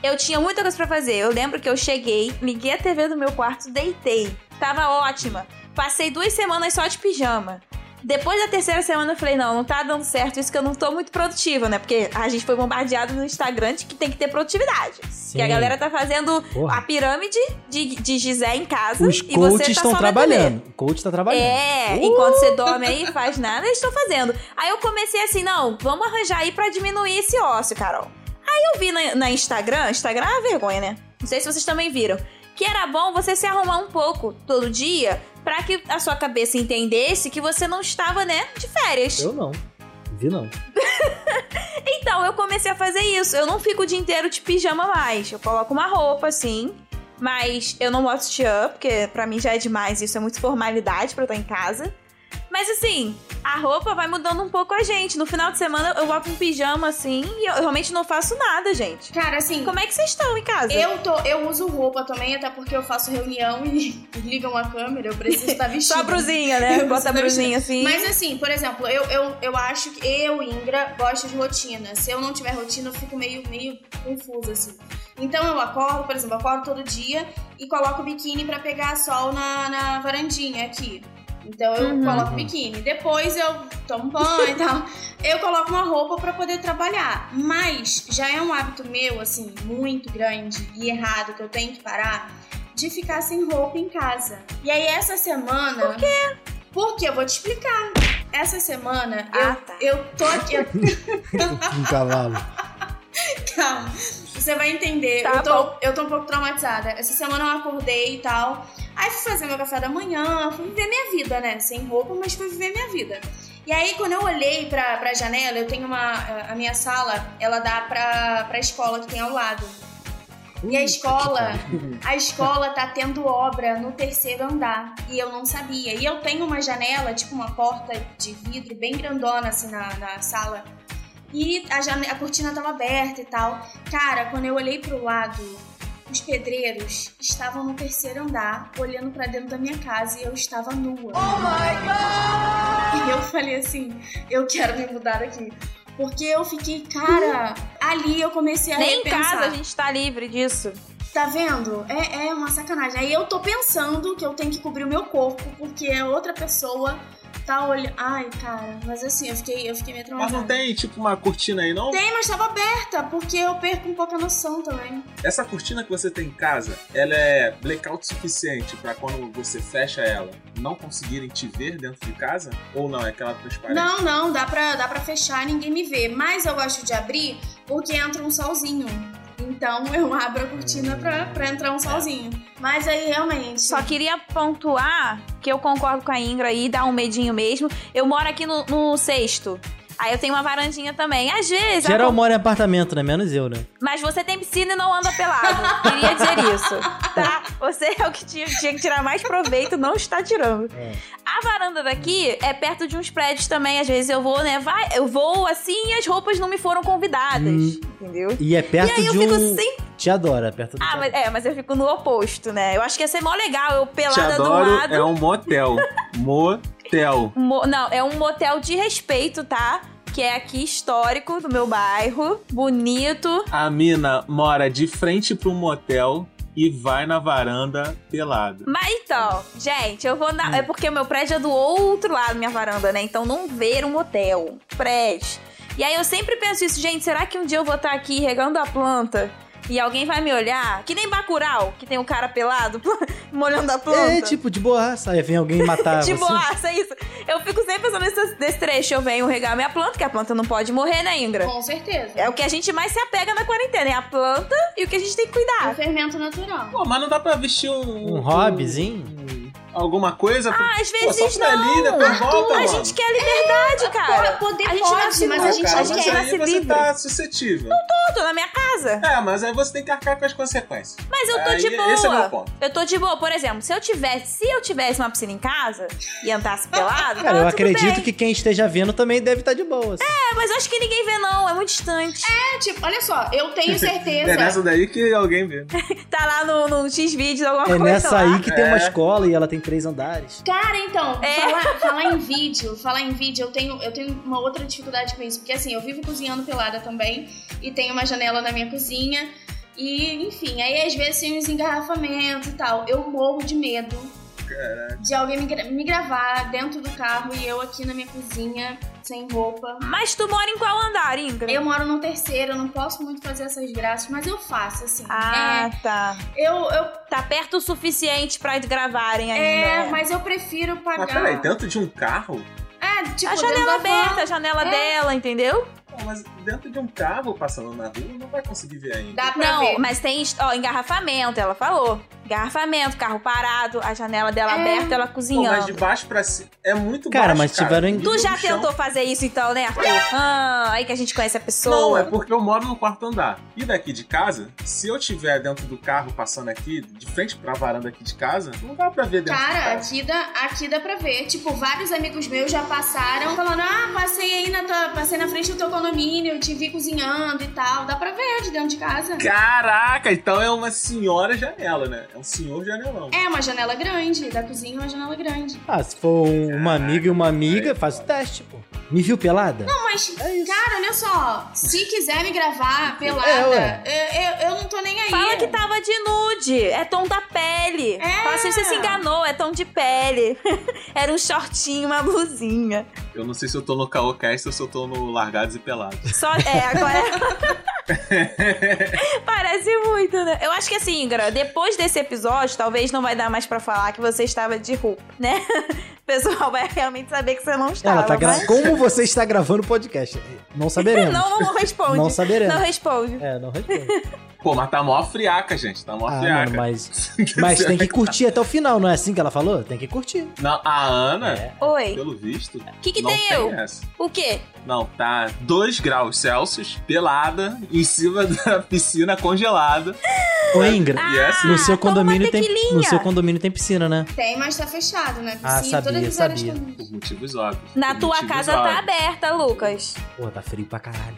Speaker 5: Eu tinha muita coisa pra fazer. Eu lembro que eu cheguei, liguei a TV do meu quarto, deitei. Tava ótima. Passei duas semanas só de pijama. Depois da terceira semana eu falei, não, não tá dando certo isso que eu não tô muito produtiva, né? Porque a gente foi bombardeado no Instagram de que tem que ter produtividade.
Speaker 4: Sim.
Speaker 5: Que a galera tá fazendo
Speaker 4: Porra.
Speaker 5: a pirâmide de, de Gizé em casa
Speaker 4: Os
Speaker 5: e você
Speaker 4: coaches
Speaker 5: tá
Speaker 4: estão
Speaker 5: só na TV.
Speaker 4: trabalhando. O coach tá trabalhando.
Speaker 5: É, enquanto você dorme aí e faz nada, eles estão fazendo. Aí eu comecei assim, não, vamos arranjar aí pra diminuir esse ócio, Carol. Aí eu vi na, na Instagram, Instagram é uma vergonha, né? Não sei se vocês também viram. Que era bom você se arrumar um pouco todo dia pra que a sua cabeça entendesse que você não estava, né, de férias.
Speaker 4: Eu não. Vi não.
Speaker 5: Então, eu comecei a fazer isso. Eu não fico o dia inteiro de pijama mais. Eu coloco uma roupa, assim. Mas eu não boto sutiã, porque pra mim já é demais. Isso é muito formalidade pra eu estar em casa. Mas assim, a roupa vai mudando um pouco a gente. No final de semana eu boto um pijama assim e eu realmente não faço nada, gente.
Speaker 6: Cara, assim,
Speaker 5: Como é que vocês estão em casa?
Speaker 6: eu, tô, eu uso roupa também, até porque eu faço reunião e ligam a câmera, eu preciso tá estar vestida.
Speaker 5: Só a brusinha, né?
Speaker 6: Eu
Speaker 5: Bota a
Speaker 6: preciso
Speaker 5: brusinha assim.
Speaker 6: Mas assim, por exemplo, eu, eu, eu acho que eu, Ingra, gosto de rotina. Se eu não tiver rotina, eu fico meio, meio confusa, assim. Então eu acordo, por exemplo, eu acordo todo dia e coloco o biquíni pra pegar sol na, na varandinha aqui. Então eu
Speaker 5: Uhum.
Speaker 6: coloco o biquíni. Depois eu tomo banho e tal. Eu coloco uma roupa pra poder trabalhar. Mas já é um hábito meu, assim, muito grande e errado que eu tenho que parar de ficar sem roupa em casa. E aí essa semana. Por quê? Porque eu vou te explicar. Essa semana
Speaker 5: Ah, tá.
Speaker 6: eu, eu tô aqui. eu-
Speaker 4: Um cavalo.
Speaker 6: Calma. Você vai entender.
Speaker 5: Tá
Speaker 6: eu, tô, eu tô um pouco traumatizada. Essa semana eu acordei e tal. Aí fui fazer meu café da manhã, fui viver minha vida, né? Sem roupa, mas fui viver minha vida. E aí, quando eu olhei pra, pra janela, eu tenho uma. A minha sala, ela dá pra, pra escola que tem ao lado.
Speaker 5: tá
Speaker 6: E a escola, a escola tá tendo obra no terceiro andar. E eu não sabia. E eu tenho uma janela, tipo uma porta de vidro bem grandona assim na, na sala. E a, jane- a cortina tava aberta e tal. Cara, quando eu olhei pro lado, os pedreiros estavam no terceiro andar, olhando pra dentro da minha casa e eu estava nua. Oh my god! E eu falei assim, eu quero me mudar daqui. Porque eu fiquei, cara, ali eu comecei a
Speaker 5: Nem em
Speaker 6: repensar.
Speaker 5: casa a gente tá livre disso.
Speaker 6: Tá vendo? É, é uma sacanagem. Aí eu tô pensando que eu tenho que cobrir o meu corpo, porque a outra pessoa tá olhando. Ai, cara, mas assim, eu fiquei, eu fiquei meio
Speaker 3: Mas não
Speaker 6: traumatizada.
Speaker 3: tem, tipo, uma cortina aí, não?
Speaker 6: Tem, mas tava aberta, porque eu perco um pouco a noção também.
Speaker 3: Essa cortina que você tem em casa, ela é blackout suficiente pra quando você fecha ela, não conseguirem te ver dentro de casa? Ou não? É aquela transparente?
Speaker 6: Não, não, dá pra, dá pra fechar e ninguém me vê. Mas eu gosto de abrir porque entra um solzinho. Então eu abro a cortina pra, pra entrar um solzinho. Mas aí realmente.
Speaker 5: Só queria pontuar que eu concordo com a Ingra aí, dá um medinho mesmo. Eu moro aqui no, no sexto. Aí eu tenho uma varandinha também. Às vezes.
Speaker 4: Geral
Speaker 5: acon-
Speaker 4: mora em apartamento, né? Menos eu, né?
Speaker 5: Mas você tem piscina e não anda pelado. Queria dizer isso, tá? Você é o que tinha, tinha que tirar mais proveito, não está tirando.
Speaker 4: É.
Speaker 5: A varanda daqui é perto de uns prédios também. Às vezes eu vou, né? Vai, eu vou assim e as roupas não me foram convidadas.
Speaker 4: Hum.
Speaker 5: Entendeu?
Speaker 4: E é perto
Speaker 5: e aí
Speaker 4: de
Speaker 5: eu fico
Speaker 4: um...
Speaker 5: sempre.
Speaker 4: Te adora, perto do
Speaker 5: Ah,
Speaker 4: Te
Speaker 5: mas,
Speaker 4: Adora.
Speaker 5: é, mas eu fico no oposto, né? Eu acho que ia ser mó legal, eu
Speaker 3: Te
Speaker 5: pelada do
Speaker 3: adoro
Speaker 5: lado.
Speaker 3: é um motel. Motel.
Speaker 5: Mo- não, é um motel de respeito, tá? Que é aqui histórico do meu bairro. Bonito.
Speaker 3: A mina mora de frente pro motel e vai na varanda pelada.
Speaker 5: Mas então, gente, eu vou na. É porque o meu prédio é do outro lado da minha varanda, né? Então não ver um motel. Prédio. E aí eu sempre penso isso, gente, será que um dia eu vou estar aqui regando a planta? E alguém vai me olhar? Que nem Bacurau, que tem um cara pelado molhando a planta.
Speaker 4: É, tipo, de borraça. Aí vem alguém matar
Speaker 5: De
Speaker 4: você.
Speaker 5: boaça, é isso. Eu fico sempre pensando nesse, nesse trecho. Eu venho regar minha planta, que a planta não pode morrer, né, Ingra?
Speaker 6: Com certeza.
Speaker 5: É o que a gente mais se apega na quarentena, é a planta e o que a gente tem que
Speaker 6: É um
Speaker 5: cuidar.
Speaker 6: fermento natural.
Speaker 3: Pô, mas não dá pra vestir um.
Speaker 4: Um hobbyzinho?
Speaker 3: Alguma coisa? Ah,
Speaker 5: Às
Speaker 3: Pô, só
Speaker 5: vezes
Speaker 3: pra
Speaker 5: não.
Speaker 3: ali, depois volta,
Speaker 5: A
Speaker 3: mano.
Speaker 5: gente quer liberdade, cara.
Speaker 6: É, Pô, poder
Speaker 5: a gente
Speaker 6: pode,
Speaker 5: nasce
Speaker 6: mas
Speaker 5: bom,
Speaker 6: a gente
Speaker 5: cara, mas
Speaker 6: não quer.
Speaker 5: aí-
Speaker 3: você
Speaker 5: nasce livre.
Speaker 3: tá suscetível.
Speaker 5: Eu tô na minha casa.
Speaker 3: É, mas aí você tem que arcar com as consequências.
Speaker 5: Mas eu tô
Speaker 3: Aí,
Speaker 5: de boa.
Speaker 3: Esse é meu ponto.
Speaker 5: Eu tô de boa, por exemplo, se eu tivesse, se eu tivesse uma piscina em casa e andasse pelado,
Speaker 4: Cara, eu
Speaker 5: tava Ah, tudo
Speaker 4: acredito
Speaker 5: bem.
Speaker 4: que quem esteja vendo também deve estar de boa. assim.
Speaker 5: É, mas eu acho que ninguém vê, não. É muito distante.
Speaker 6: É, tipo, olha só, eu tenho certeza.
Speaker 3: É nessa daí que alguém vê.
Speaker 5: Tá lá no, no X-Videos, alguma
Speaker 4: É,
Speaker 5: coisa.
Speaker 4: nessa
Speaker 5: lá.
Speaker 4: aí que tem
Speaker 3: É.
Speaker 4: uma escola e ela tem três andares.
Speaker 6: Cara, então,
Speaker 5: É.
Speaker 6: falar, falar em vídeo, falar em vídeo, eu tenho, eu tenho uma outra dificuldade com isso, porque assim, eu vivo cozinhando pelada também, e tenho uma janela na minha cozinha, e enfim, aí às vezes tem uns engarrafamentos e tal. Eu morro de medo de alguém me, gra- me gravar dentro do carro e eu aqui na minha cozinha, sem roupa.
Speaker 5: Mas tu mora em qual andar, Ingra?
Speaker 6: Eu moro no terceiro, eu não posso muito fazer essas graças, mas eu faço, assim.
Speaker 5: Ah, tá.
Speaker 6: É, eu, eu,
Speaker 5: Tá perto o suficiente pra gravarem ainda.
Speaker 6: é, mas eu prefiro pagar.
Speaker 3: Mas peraí, dentro de um carro?
Speaker 6: É, tipo,
Speaker 5: A
Speaker 6: dentro
Speaker 5: janela
Speaker 6: da
Speaker 5: aberta,
Speaker 6: van.
Speaker 5: a janela
Speaker 6: É.
Speaker 5: dela, entendeu?
Speaker 3: Pô, mas dentro de um carro, passando na rua, não vai conseguir ver ainda.
Speaker 6: Dá pra
Speaker 5: Não,
Speaker 6: ver.
Speaker 5: mas tem, ó, engarrafamento, ela falou. Engarrafamento, carro parado, a janela dela
Speaker 6: É.
Speaker 5: aberta, ela
Speaker 3: Pô, mas
Speaker 5: cozinhando.
Speaker 3: de baixo pra cima. É muito
Speaker 4: Cara,
Speaker 3: baixo.
Speaker 4: mas tiveram em-
Speaker 5: Tu
Speaker 3: Nível
Speaker 5: já
Speaker 3: do chão.
Speaker 5: tentou fazer isso então, né, Arthur? Ah, aí que a gente conhece a
Speaker 3: Não,
Speaker 5: pessoa.
Speaker 3: é porque eu moro no quarto andar. E daqui de casa, se eu tiver dentro do carro passando aqui, de frente pra varanda aqui de casa, não dá pra ver dentro do
Speaker 6: Cara,
Speaker 3: carro.
Speaker 6: aqui dá, aqui dá pra ver. Tipo, vários amigos meus já passaram falando: ah, passei aí na tua. Passei na frente do teu condomínio, te vi cozinhando e tal. Dá pra ver de dentro de casa.
Speaker 3: Caraca, então é uma senhora janela, né? É um senhor janelão.
Speaker 6: É uma janela grande, da cozinha é uma janela grande.
Speaker 4: Ah, se for um- uma amiga e uma amiga,
Speaker 3: aí,
Speaker 4: faz o teste, pô. Me viu pelada?
Speaker 6: Não, mas,
Speaker 4: É isso.
Speaker 6: cara, olha só, se quiser me gravar pelada,
Speaker 4: É, ué.
Speaker 6: eu, eu, eu não tô
Speaker 3: é
Speaker 6: nem aí.
Speaker 5: Fala que tá- tava de nude, é tom da pele.
Speaker 6: É.
Speaker 5: Fala assim, você se enganou, é tom de pele. Era um shortinho, uma blusinha.
Speaker 3: Eu não sei se eu tô no Caocast ou se eu tô no Largados e Pelados.
Speaker 5: Só, é, agora... Parece muito, né? Eu acho que assim, Ingra, depois desse episódio, talvez não vai dar mais pra falar que você estava de roupa, né? O pessoal vai realmente saber que você não estava.
Speaker 4: Ela tá gra...
Speaker 5: mas-
Speaker 4: Como você está gravando o podcast? É, Não saberemos.
Speaker 5: Não, não responde.
Speaker 4: Não saberemos.
Speaker 5: Não responde.
Speaker 4: É, não responde.
Speaker 3: Pô, mas tá mó friaca, gente. Tá mó
Speaker 4: Ah,
Speaker 3: friaca.
Speaker 4: mano, mas, mas tem que curtir até o final, não é assim que ela falou? Tem que curtir.
Speaker 3: Não, a Ana,
Speaker 4: É.
Speaker 5: Oi,
Speaker 3: pelo visto,
Speaker 5: o que que
Speaker 3: não
Speaker 5: tem eu?
Speaker 3: essa.
Speaker 5: O quê?
Speaker 3: Não, tá 2 graus Celsius, pelada, em cima da piscina congelada.
Speaker 4: Ô,
Speaker 3: É. e
Speaker 4: Ingra,
Speaker 3: assim, essa...
Speaker 4: no seu
Speaker 5: Ah, toma
Speaker 4: condomínio
Speaker 5: uma
Speaker 4: tem
Speaker 5: tequilinha.
Speaker 4: no seu condomínio tem piscina, né?
Speaker 6: Tem, mas tá fechado, né?
Speaker 4: Ah, sabia,
Speaker 6: Piscina, todas as áreas
Speaker 4: sabia.
Speaker 6: comuns.
Speaker 3: Por motivos óbvios.
Speaker 5: Na
Speaker 3: por
Speaker 5: tua
Speaker 3: motivos
Speaker 5: casa tá
Speaker 3: óbvios.
Speaker 5: aberta, Lucas.
Speaker 4: Pô, tá frio pra caralho.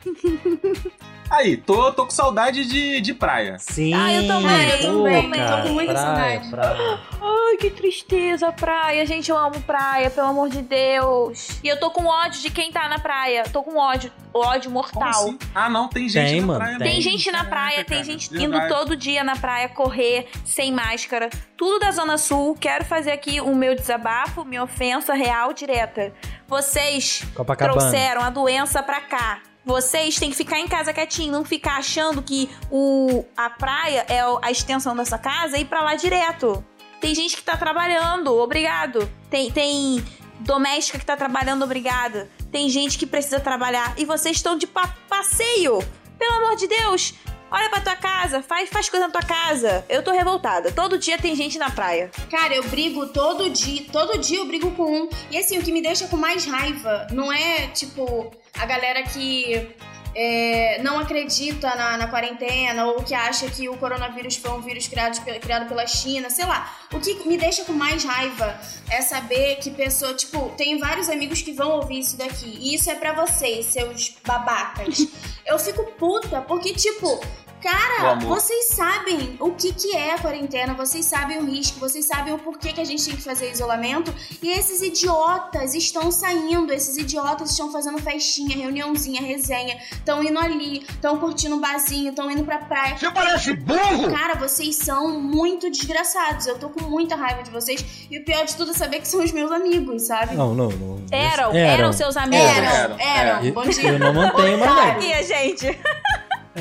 Speaker 3: Aí, tô, tô com saudade de, de praia.
Speaker 4: Sim.
Speaker 5: Ah, eu também,
Speaker 6: eu
Speaker 4: Pô,
Speaker 6: também, tô
Speaker 4: cara,
Speaker 6: com muita
Speaker 4: praia,
Speaker 6: saudade.
Speaker 4: praia.
Speaker 5: Ai, que tristeza, praia. Gente, eu amo praia, pelo amor de Deus. E eu tô com ódio de quem tá na praia. Tô com ódio, ódio
Speaker 3: Como
Speaker 5: mortal.
Speaker 3: assim? Ah, não, tem gente
Speaker 4: Tem,
Speaker 3: na
Speaker 4: mano,
Speaker 3: praia.
Speaker 5: Tem,
Speaker 4: Tem.
Speaker 5: gente na praia,
Speaker 3: Caraca,
Speaker 5: tem
Speaker 3: cara,
Speaker 5: gente
Speaker 3: verdade.
Speaker 5: indo todo dia na praia correr sem máscara. Tudo da Zona Sul. Quero fazer aqui o meu desabafo, minha ofensa real direta. Vocês
Speaker 4: Copacabana.
Speaker 5: trouxeram a doença pra cá. Vocês têm que ficar em casa quietinho, não ficar achando que o, a praia é o- a extensão da sua casa e ir pra lá direto. Tem gente que tá trabalhando, obrigado. Tem, tem doméstica que tá trabalhando, obrigado. Tem gente que precisa trabalhar e vocês estão de pa- passeio. Pelo amor de Deus, Olha pra tua casa, faz, faz coisa na tua casa. Eu tô revoltada. Todo dia tem gente na praia.
Speaker 6: Cara, eu brigo todo dia, todo dia eu brigo com um. E assim, o que me deixa com mais raiva não é, tipo, a galera que é, não acredita na, na quarentena ou que acha que o coronavírus foi um vírus criado, pe- criado pela China, sei lá. O que me deixa com mais raiva é saber que pessoa, tipo, tem vários amigos que vão ouvir isso daqui. E isso é pra vocês, seus babacas. eu fico puta, porque, tipo,
Speaker 3: O
Speaker 6: Cara,
Speaker 3: amor.
Speaker 6: vocês sabem o que, que é a quarentena, vocês sabem o risco, vocês sabem o porquê que a gente tem que fazer isolamento. E esses idiotas estão saindo, esses idiotas estão fazendo festinha, reuniãozinha, resenha, estão indo ali, estão curtindo um barzinho, estão indo pra praia.
Speaker 8: Você parece burro!
Speaker 6: Cara, vocês são muito desgraçados. Eu tô com muita raiva de vocês. E o pior de tudo é saber que são os meus amigos, sabe?
Speaker 4: Não, não, não.
Speaker 5: Eram, eram, seus amigos.
Speaker 6: Eram,
Speaker 3: Eram,
Speaker 6: eram.
Speaker 4: eram.
Speaker 6: Bom
Speaker 4: Eu-
Speaker 6: dia.
Speaker 4: eu não mantenho mais nada.
Speaker 5: Aqui, gente.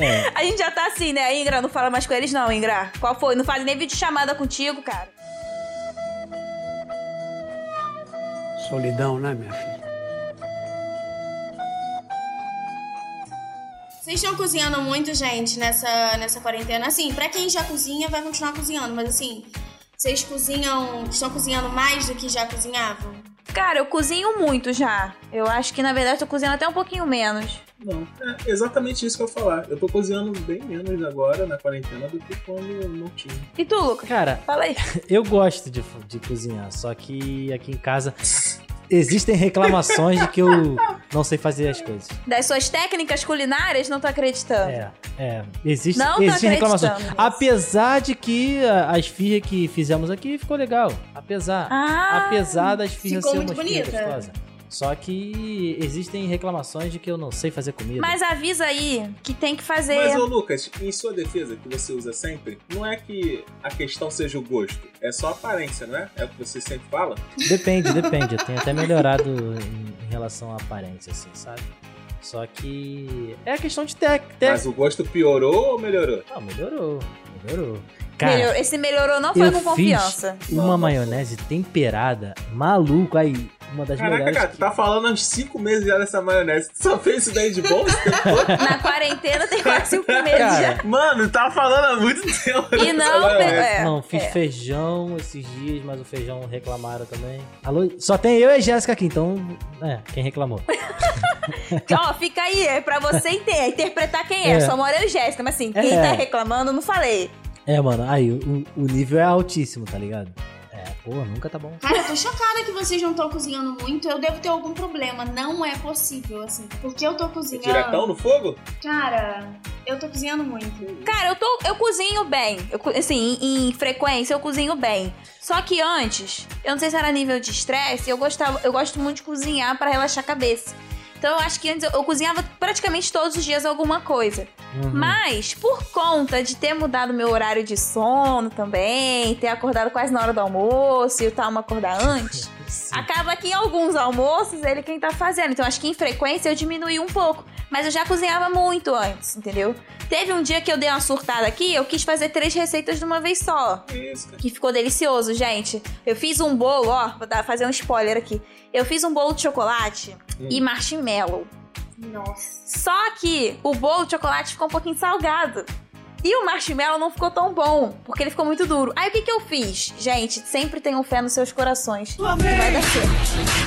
Speaker 4: É.
Speaker 5: A gente já tá assim, né? Ingra, não fala mais com eles, não, Ingra. Qual foi? Não faz nem vídeo chamada contigo, cara.
Speaker 1: Solidão, né, minha filha?
Speaker 6: Vocês estão cozinhando muito, gente, nessa, nessa quarentena. Assim, pra quem já cozinha, vai continuar cozinhando, mas assim, vocês cozinham. Estão cozinhando mais do que já cozinhavam?
Speaker 5: Cara, eu cozinho muito já. Eu acho que, na verdade, tô cozinhando até um pouquinho menos.
Speaker 3: Não, é exatamente isso que eu ia falar. Eu tô cozinhando bem menos agora na quarentena do que quando não tinha.
Speaker 5: E tu, Lucas?
Speaker 4: Cara,
Speaker 5: Fala aí.
Speaker 4: eu gosto de, de cozinhar, só que aqui em casa existem reclamações de que eu não sei fazer as coisas.
Speaker 5: Das suas técnicas culinárias, não tô acreditando.
Speaker 4: É, é. Existe,
Speaker 5: Não tô
Speaker 4: existe reclamações.
Speaker 5: acreditando nisso.
Speaker 4: Apesar de que a- as firras que fizemos aqui ficou legal. Apesar.
Speaker 5: Ah,
Speaker 4: apesar das firras
Speaker 6: ficou
Speaker 4: serem
Speaker 6: muito
Speaker 4: umas firras
Speaker 6: bonita.
Speaker 4: gostosas. Só que existem reclamações de que eu não sei fazer comida.
Speaker 5: mas avisa aí que tem que fazer.
Speaker 3: Mas, ô Lucas, em sua defesa, que você usa sempre, não é que a questão seja o gosto, é só a aparência, não é? É o que você sempre fala.
Speaker 4: Depende, depende. Eu tenho até melhorado em, em relação à aparência, assim, sabe? Só que é a questão de técnica.
Speaker 3: Mas o gosto piorou ou melhorou?
Speaker 4: Não, melhorou. Melhorou. Cara,
Speaker 5: Melhor- Esse melhorou não foi
Speaker 4: eu
Speaker 5: com
Speaker 4: fiz
Speaker 5: confiança.
Speaker 4: uma maionese temperada, maluco, aí, uma das
Speaker 3: Caraca,
Speaker 4: melhores.
Speaker 3: cara,
Speaker 4: que-
Speaker 3: tá falando há uns 5 meses já dessa maionese. Tu só fez isso daí de bom? esse tempo todo?
Speaker 5: Na quarentena tem quase cinco meses já.
Speaker 4: Cara,
Speaker 3: Mano, tá falando há muito tempo.
Speaker 5: E
Speaker 3: dessa
Speaker 5: não,
Speaker 3: maionese.
Speaker 5: é,
Speaker 4: não, fiz
Speaker 5: é.
Speaker 4: feijão esses dias, mas o feijão reclamaram também. Alô, só tem eu e a Jéssica aqui, então, é, quem reclamou.
Speaker 5: Ó, fica aí, é pra você inte- interpretar quem é.
Speaker 4: É.
Speaker 5: Só mora eu e Jéssica, mas assim, quem
Speaker 4: É.
Speaker 5: tá reclamando, eu não falei.
Speaker 4: É, mano, aí o, o nível é altíssimo, tá ligado? É, pô, nunca tá bom.
Speaker 6: Cara, eu tô chocada que vocês não estão cozinhando muito. Eu devo ter algum problema. Não é possível, assim. Porque eu tô
Speaker 3: É Diretão
Speaker 6: cozinhando.
Speaker 3: no fogo?
Speaker 6: Cara, eu tô cozinhando muito.
Speaker 5: Cara, eu, tô, eu cozinho bem. Eu, co- assim, em, em frequência, eu cozinho bem. Só que antes, eu não sei se era nível de estresse, eu gostava, eu gosto muito de cozinhar pra relaxar a cabeça. Então eu acho que antes eu, eu cozinhava praticamente todos os dias alguma coisa.
Speaker 4: Uhum.
Speaker 5: Mas, por conta de ter mudado meu horário de sono também, ter acordado quase na hora do almoço e o Talma acordar antes,
Speaker 4: Sim.
Speaker 5: acaba que em alguns almoços ele quem tá fazendo. Então, acho que em frequência eu diminui um pouco. Mas eu já cozinhava muito antes, entendeu? Teve um dia que eu dei uma surtada aqui, eu quis fazer três receitas de uma vez só.
Speaker 3: Que isso, cara.
Speaker 5: Que ficou delicioso, gente. Eu fiz um bolo, ó, vou dar- fazer um spoiler aqui. Eu fiz um bolo de chocolate
Speaker 3: Hum.
Speaker 5: e marshmallow.
Speaker 6: Nossa.
Speaker 5: Só que o bolo de chocolate ficou um pouquinho salgado. E o marshmallow não ficou tão bom, porque ele ficou muito duro. Aí o que, que eu fiz? Gente, sempre tenham fé nos seus corações. Vai dar certo.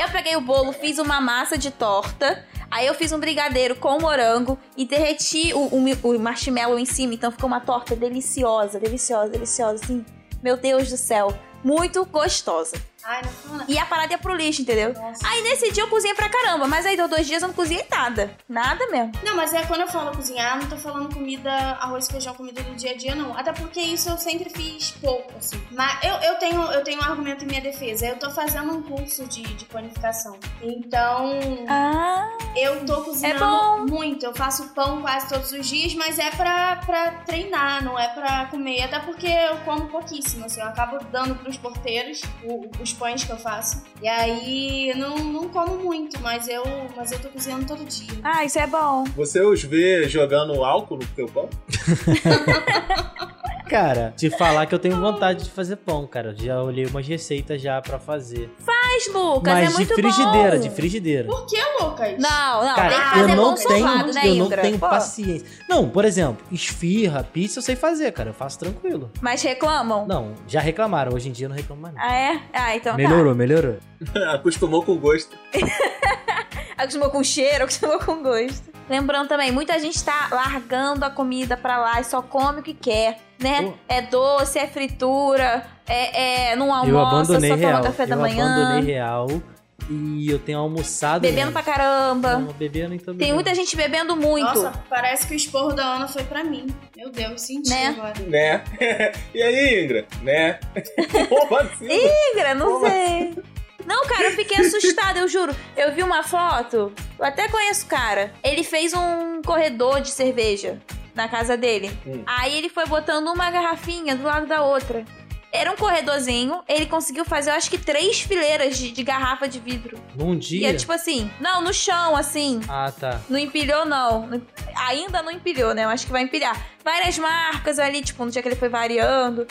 Speaker 5: Eu peguei o bolo, fiz uma massa de torta. Aí eu fiz um brigadeiro com morango e derreti o, o mi- o marshmallow em cima. Então ficou uma torta deliciosa, deliciosa, deliciosa. Assim, meu Deus do céu. Muito gostosa.
Speaker 6: Ai, não fala.
Speaker 5: E a parada ia pro lixo, entendeu?
Speaker 6: Nossa.
Speaker 5: Aí nesse dia eu cozinhei pra caramba, mas aí deu dois dias eu não cozinhei nada. Nada mesmo.
Speaker 6: Não, mas é quando eu falo cozinhar, não tô falando comida, arroz, feijão, comida do dia a dia, não. Até porque isso eu sempre fiz pouco, assim. Mas eu, eu, tenho, eu tenho um argumento em minha defesa. Eu tô fazendo um curso de, de panificação. Então,
Speaker 5: Ah,
Speaker 6: eu tô cozinhando
Speaker 5: bom.
Speaker 6: muito. Eu faço pão quase todos os dias, mas é pra, pra treinar, não é pra comer. Até porque eu como pouquíssimo, assim. Eu acabo dando pros porteiros o- os pães que eu faço. E aí, não, não como muito, mas eu, mas eu tô cozinhando todo dia.
Speaker 5: ah, isso é bom.
Speaker 3: Você os vê jogando álcool no teu pão?
Speaker 4: cara. Te falar que eu tenho vontade de fazer pão, cara. Eu Já olhei umas receitas já pra fazer.
Speaker 5: Mas, Lucas,
Speaker 4: Mas
Speaker 5: é
Speaker 4: de
Speaker 5: muito
Speaker 4: frigideira,
Speaker 5: bom.
Speaker 4: de frigideira.
Speaker 6: Por que, Lucas?
Speaker 5: Não, não, tem que
Speaker 4: Cara,
Speaker 5: fazer
Speaker 4: eu não
Speaker 5: pão
Speaker 4: tenho,
Speaker 5: salgado, né,
Speaker 4: eu não
Speaker 5: Indra?
Speaker 4: tenho
Speaker 5: Pô,
Speaker 4: paciência. Não, por exemplo, esfirra, pizza eu sei fazer, cara. Eu faço tranquilo.
Speaker 5: Mas reclamam?
Speaker 4: Não, já reclamaram. Hoje em dia eu não reclamo mais. não.
Speaker 5: Ah, é? Ah, então
Speaker 4: melhorou, melhorou.
Speaker 3: Acostumou com o gosto.
Speaker 5: tá. Acostumou com cheiro, acostumou com gosto. Lembrando também, muita gente tá largando a comida pra lá e só come o que quer, né?
Speaker 4: Pô.
Speaker 5: É doce, é fritura, é, é não
Speaker 4: eu
Speaker 5: almoça,
Speaker 4: abandonei
Speaker 5: só
Speaker 4: real.
Speaker 5: toma café da
Speaker 4: eu
Speaker 5: manhã,
Speaker 4: abandonei real e eu tenho almoçado.
Speaker 5: bebendo pra caramba.
Speaker 4: caramba. Bebendo então.
Speaker 5: Tem muita gente bebendo muito.
Speaker 6: Nossa, parece que o esporro da Ana foi pra mim. Meu Deus, senti
Speaker 5: Né?
Speaker 6: agora.
Speaker 3: Né? E aí, Ingra? Né? Como assim?
Speaker 5: Negra, não
Speaker 3: Como
Speaker 5: sei. Não, cara, eu fiquei assustada, eu juro. Eu vi uma foto, eu até conheço o cara. Ele fez um corredor de cerveja na casa dele.
Speaker 3: Hum.
Speaker 5: Aí ele foi botando uma garrafinha do lado da outra. Era um corredorzinho, ele conseguiu fazer, eu acho que três fileiras de, de garrafa de vidro.
Speaker 4: Num
Speaker 5: E
Speaker 4: dia.
Speaker 5: é tipo assim, não, no chão, assim.
Speaker 4: Ah, tá.
Speaker 5: Não empilhou, não. Não- Ainda não empilhou, né? Eu acho que vai empilhar. Várias marcas ali, tipo, no dia que ele foi variando.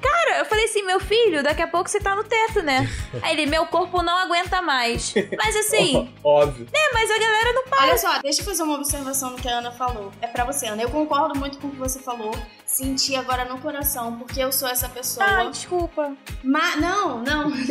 Speaker 5: Cara, eu falei assim, meu filho, daqui a pouco você tá no teto, né? Aí ele, meu corpo não aguenta mais. Mas assim,
Speaker 3: Ó- Óbvio.
Speaker 5: é, mas a galera não.
Speaker 6: Olha só, deixa eu fazer uma observação no que a Ana falou. É pra você, Ana. Eu concordo muito com o que você falou. Senti agora no coração, porque eu sou essa pessoa.
Speaker 5: Ai, desculpa.
Speaker 6: Mas, não, não.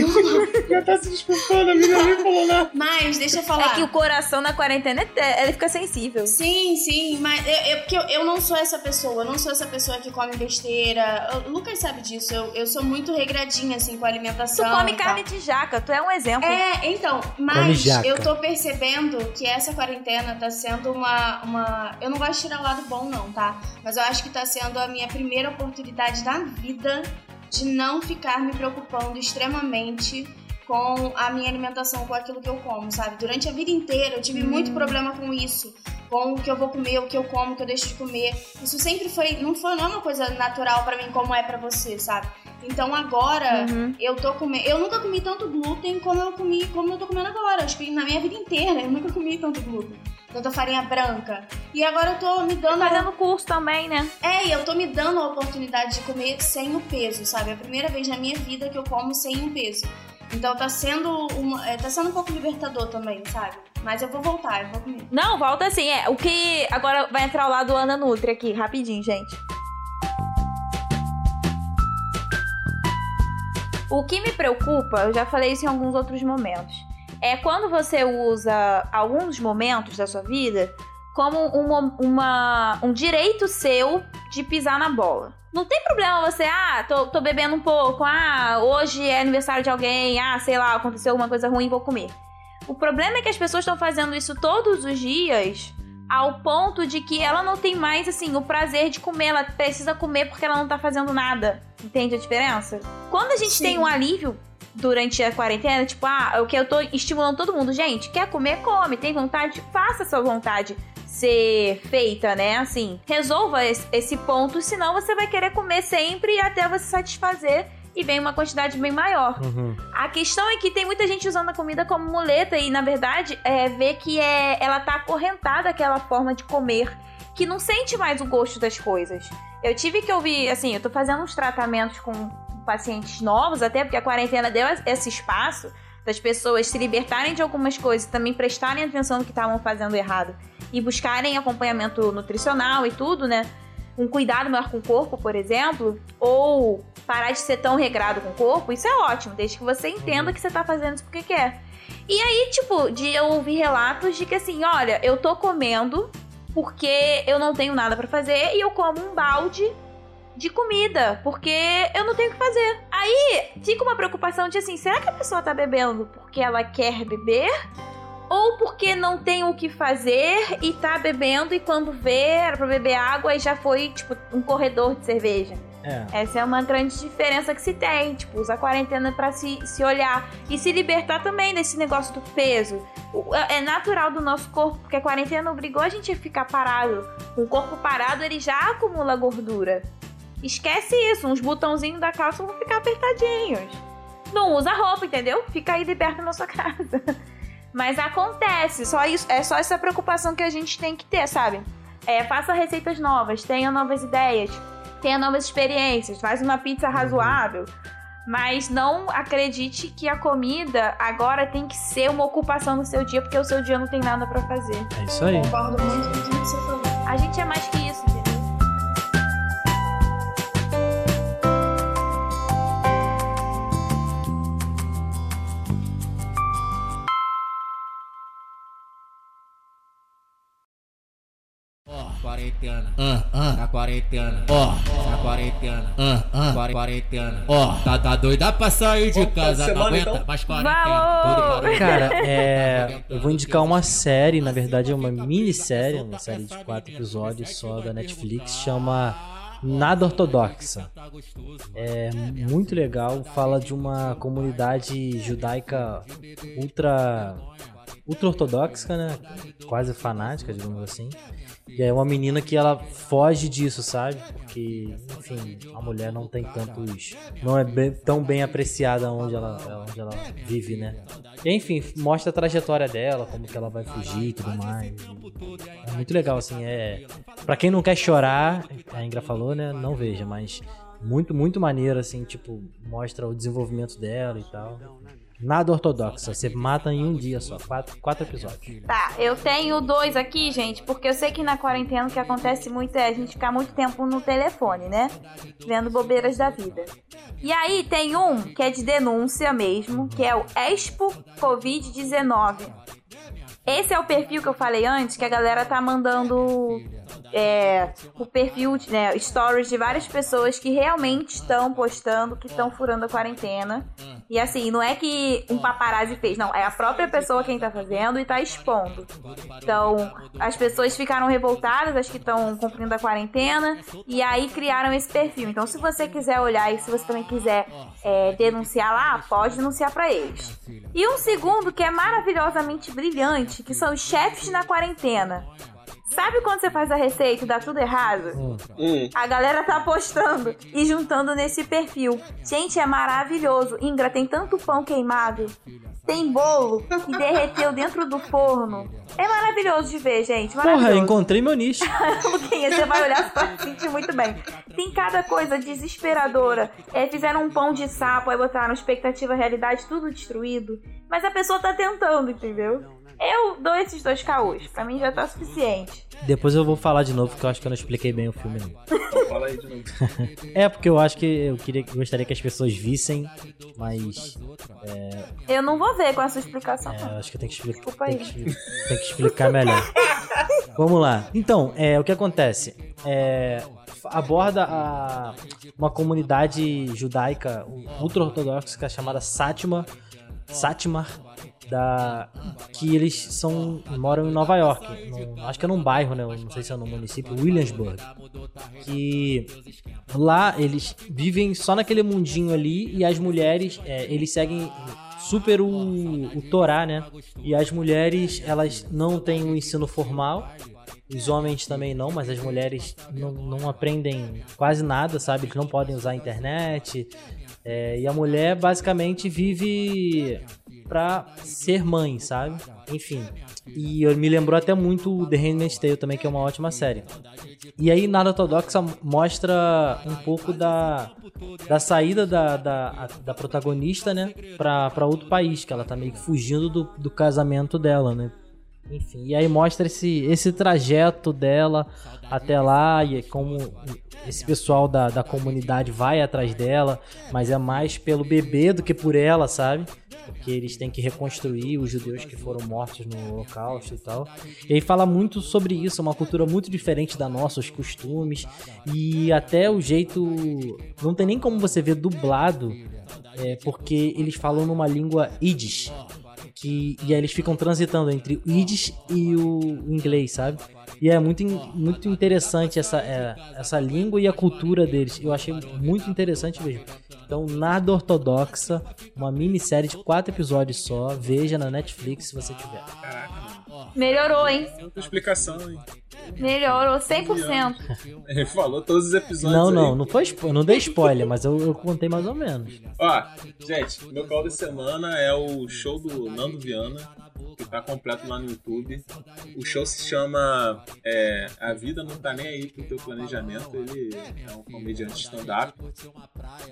Speaker 3: Já tá se desculpando, a menina nem falou nada.
Speaker 6: Mas, deixa eu
Speaker 5: É
Speaker 6: falar.
Speaker 5: que o coração na quarentena, é- ele fica sensível.
Speaker 6: Sim, sim, mas eu, eu- porque eu, eu não sou essa pessoa, eu não sou essa pessoa que come besteira. O Lucas sabe disso, eu, eu sou muito regradinha, assim, com a
Speaker 5: Tu
Speaker 6: alimentação.
Speaker 5: come
Speaker 6: e tal.
Speaker 5: carne de jaca, tu é um exemplo.
Speaker 6: É, então,
Speaker 4: Come
Speaker 6: mas
Speaker 4: jaca.
Speaker 6: eu tô percebendo que essa quarentena tá sendo uma, uma. Eu não gosto de tirar o lado bom, não, tá? Mas eu acho que tá sendo a minha primeira oportunidade da vida de não ficar me preocupando extremamente com a minha alimentação, com aquilo que eu como, sabe? Durante a vida inteira eu tive muito problema com isso. Com o que eu vou comer, o que eu como, o que eu deixo de comer. Isso sempre foi. Não foi não é uma coisa natural pra mim como é pra você, sabe? Então agora.
Speaker 5: Uhum.
Speaker 6: Eu tô comendo. Eu nunca comi tanto glúten como eu comi, como eu tô comendo agora. Acho que na minha vida inteira eu nunca comi tanto glúten. Tanta farinha branca. E agora eu tô me dando.
Speaker 5: Fazendo curso também, né?
Speaker 6: É, e eu tô me dando a oportunidade de comer sem o peso, sabe? É a primeira vez na minha vida que eu como sem o peso. Então tá sendo uma, é, tá sendo um pouco libertador também, sabe? Mas eu vou voltar, eu vou comer.
Speaker 5: Não, volta assim, é. O que. Agora vai entrar o lado Ana Nutri aqui, rapidinho, gente. O que me preocupa, eu já falei isso em alguns outros momentos, é quando você usa alguns momentos da sua vida como uma- uma- um direito seu de pisar na bola. Não tem problema você, ah, tô, tô bebendo um pouco, ah, hoje é aniversário de alguém, ah, sei lá, aconteceu alguma coisa ruim, vou comer. O problema é que as pessoas estão fazendo isso todos os dias ao ponto de que ela não tem mais, assim, o prazer de comer. Ela precisa comer porque ela não tá fazendo nada. Entende a diferença? Quando a gente
Speaker 6: Sim.
Speaker 5: tem um alívio durante a quarentena, tipo, ah, o que eu tô estimulando todo mundo, gente, quer comer, come, tem vontade, faça a sua vontade ser feita, né? Assim, resolva es- esse ponto, senão você vai querer comer sempre até você satisfazer e vem uma quantidade bem maior.
Speaker 4: Uhum.
Speaker 5: A questão é que tem muita gente usando a comida como muleta e, na verdade, é ver que é, ela tá acorrentada àquela forma de comer, que não sente mais o gosto das coisas. Eu tive que ouvir, assim, eu tô fazendo uns tratamentos com pacientes novos, até porque a quarentena deu esse espaço das pessoas se libertarem de algumas coisas e também prestarem atenção no que estavam fazendo errado e buscarem acompanhamento nutricional e tudo, né? Um cuidado maior com o corpo, por exemplo, ou parar de ser tão regrado com o corpo, isso é ótimo, desde que você entenda que você tá fazendo isso porque quer. E aí, tipo, de eu ouvir relatos de que assim, olha, eu tô comendo porque eu não tenho nada pra fazer e eu como um balde de comida, porque eu não tenho o que fazer. Aí fica uma preocupação de assim, será que a pessoa tá bebendo porque ela quer beber? Ou porque não tem o que fazer e tá bebendo e quando vê era pra beber água e já foi, tipo, um corredor de cerveja.
Speaker 4: É.
Speaker 5: Essa é uma grande diferença que se tem, tipo, usar a quarentena pra se, se olhar e se libertar também desse negócio do peso. O- É é natural do nosso corpo, porque a quarentena obrigou a gente a ficar parado. Com o corpo parado, ele já acumula gordura. Esquece isso, uns botãozinhos da calça vão ficar apertadinhos. Não usa roupa, entendeu? Fica aí liberto na sua casa. Mas acontece, só isso, é só essa preocupação que a gente tem que ter, sabe? É, faça receitas novas, tenha novas ideias tenha novas experiências, faz uma pizza razoável. Mas não acredite que a comida agora tem que ser uma ocupação do seu dia, porque o seu dia não tem nada pra fazer.
Speaker 4: É isso aí.
Speaker 6: Concordo muito com tudo que você falou.
Speaker 5: A gente é mais que isso, entendeu?
Speaker 8: Quarentena, ah, ah, tá quarentena, ó, tá quarentena, ah, ah, quare- quarentena, ó, tá, tá doida pra sair de
Speaker 3: Bom, tá
Speaker 8: casa, não
Speaker 3: semana,
Speaker 8: aguenta
Speaker 3: então.
Speaker 8: mais quarentena.
Speaker 5: Valor!
Speaker 8: Todo barulho.
Speaker 4: Cara, é, eu vou indicar uma série, na verdade é uma minissérie, uma série de quatro episódios só da Netflix, chama Nada Ortodoxa.
Speaker 8: Tá
Speaker 4: É muito legal, fala de uma comunidade judaica ultra ultra ortodoxa, né? Quase fanática, digamos assim. E é uma menina que ela foge disso, sabe? Porque, enfim, a mulher não tem tantos. Não é bem- tão bem apreciada onde ela, onde ela vive, né? E, enfim, mostra a trajetória dela, como que ela vai fugir e tudo mais. É muito legal, assim. É... Pra quem não quer chorar, a Ingra falou, né? Não veja, mas muito, muito maneiro, assim. Tipo, mostra o desenvolvimento dela e tal. Nada ortodoxa, você mata em um dia só. Quatro, quatro episódios.
Speaker 5: Tá, eu tenho dois aqui, gente, porque eu sei que na quarentena o que acontece muito é a gente ficar muito tempo no telefone, né? Vendo bobeiras da vida. E aí tem um que é de denúncia mesmo, que é o Expo Covid-19. Esse é o perfil que eu falei antes, que a galera tá mandando é, o perfil, né, stories de várias pessoas que realmente estão postando, que estão furando a quarentena. E assim, não é que um paparazzi fez, não. É a própria pessoa quem tá fazendo e tá expondo. Então, as pessoas ficaram revoltadas, as que estão cumprindo a quarentena, e aí criaram esse perfil. Então, se você quiser olhar e se você também quiser é, denunciar lá, pode denunciar pra eles. E um segundo que é maravilhosamente brilhante, que são os chefes na quarentena. Sabe quando você faz a receita e dá tudo errado?
Speaker 3: Hum,
Speaker 5: A galera tá postando e juntando nesse perfil. Gente, é maravilhoso. Ingra, tem tanto pão queimado. Tem bolo que derreteu dentro do forno. É maravilhoso de ver, gente.
Speaker 4: Porra,
Speaker 5: Maravilhoso.
Speaker 4: encontrei meu nicho.
Speaker 5: Porque você vai olhar e vai se sentir muito bem. Tem cada coisa desesperadora. É, fizeram um pão de sapo, aí botaram expectativa, realidade, tudo destruído. Mas a pessoa tá tentando, entendeu? Eu dou esses dois caôs. Pra mim já tá suficiente.
Speaker 4: Depois eu vou falar de novo, porque eu acho que eu não expliquei bem o filme. Não.
Speaker 3: fala aí de novo.
Speaker 4: É, porque eu acho que eu queria, gostaria que as pessoas vissem, mas
Speaker 5: Eu não vou ver com essa explicação.
Speaker 4: é,
Speaker 5: não.
Speaker 4: eu acho que eu tenho que, explicar,
Speaker 5: Desculpa
Speaker 4: tenho
Speaker 5: aí.
Speaker 4: que, expli- tenho que explicar melhor. Vamos lá. Então, é, o que acontece? É, aborda a- uma comunidade judaica um ultra-ortodoxa é chamada Sátima, Satmar, da, que eles são moram em Nova York. num- acho que é num bairro, né? Não sei se é num município, Williamsburg. que lá eles vivem só naquele mundinho ali e as mulheres, é, eles seguem super o, o Torá, né? E as mulheres, elas não têm o ensino formal, os homens também não, mas as mulheres não, não aprendem quase nada, sabe? Eles não podem usar a internet. é, e a mulher basicamente vive pra ser mãe, sabe? Enfim. E eu- me lembrou até muito o The Handmaid's Tale também, que é uma ótima série. E aí, Nada Ortodoxa mostra um pouco da, da saída da, da, a- da protagonista, né? Pra, pra outro país, que ela tá meio que fugindo do, do casamento dela, né? Enfim, e aí mostra esse, esse trajeto dela até lá e como esse pessoal da, da comunidade vai atrás dela, mas é mais pelo bebê do que por ela, sabe? Porque eles têm que reconstruir os judeus que foram mortos no Holocausto e tal. E aí fala muito sobre isso, é uma cultura muito diferente da nossa, os costumes e até o jeito. Não tem nem como você ver dublado, é, porque eles falam numa língua Yiddish. Que, e aí eles ficam transitando entre o Yiddish e o inglês, sabe? E é muito, in- muito interessante essa, é, essa língua e a cultura deles. Eu achei muito interessante mesmo. Então, Nada Ortodoxa, uma minissérie de quatro episódios só. Veja na Netflix se você tiver.
Speaker 5: Melhorou, hein?
Speaker 3: Muita explicação, hein?
Speaker 5: Melhorou 100%.
Speaker 3: Ele falou todos os episódios.
Speaker 4: Não,
Speaker 3: aí.
Speaker 4: não, não foi spo- não dei spoiler, mas eu, eu contei mais ou menos.
Speaker 3: Ó, gente, meu call da semana é o show do Nando Viana. tá completo lá no YouTube. O show se chama é, A Vida Não Tá Nem Aí Pro Teu Planejamento. Ele é um comediante stand-up.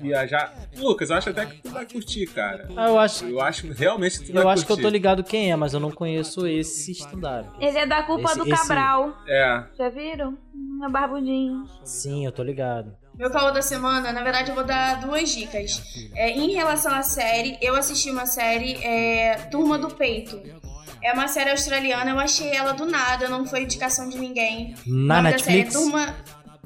Speaker 3: E a já... Lucas, eu acho até que tu vai curtir, cara.
Speaker 4: Ah, eu acho,
Speaker 3: Eu acho realmente que tu vai
Speaker 4: eu acho que eu
Speaker 3: curtir.
Speaker 4: tô ligado quem é, mas eu não conheço esse stand-up.
Speaker 5: Ele é da culpa
Speaker 4: Esse-
Speaker 5: do
Speaker 4: esse-
Speaker 5: Cabral.
Speaker 3: É,
Speaker 5: Já viram? Hum, é barbudinho.
Speaker 4: Sim, eu tô ligado.
Speaker 6: Meu caô da semana, na verdade, eu vou dar duas dicas. É, em relação à série, eu assisti uma série é, Turma do Peito. É uma série australiana, eu achei ela do nada, não foi indicação de ninguém.
Speaker 4: Na
Speaker 6: O nome da série é
Speaker 4: Netflix?
Speaker 6: Turma...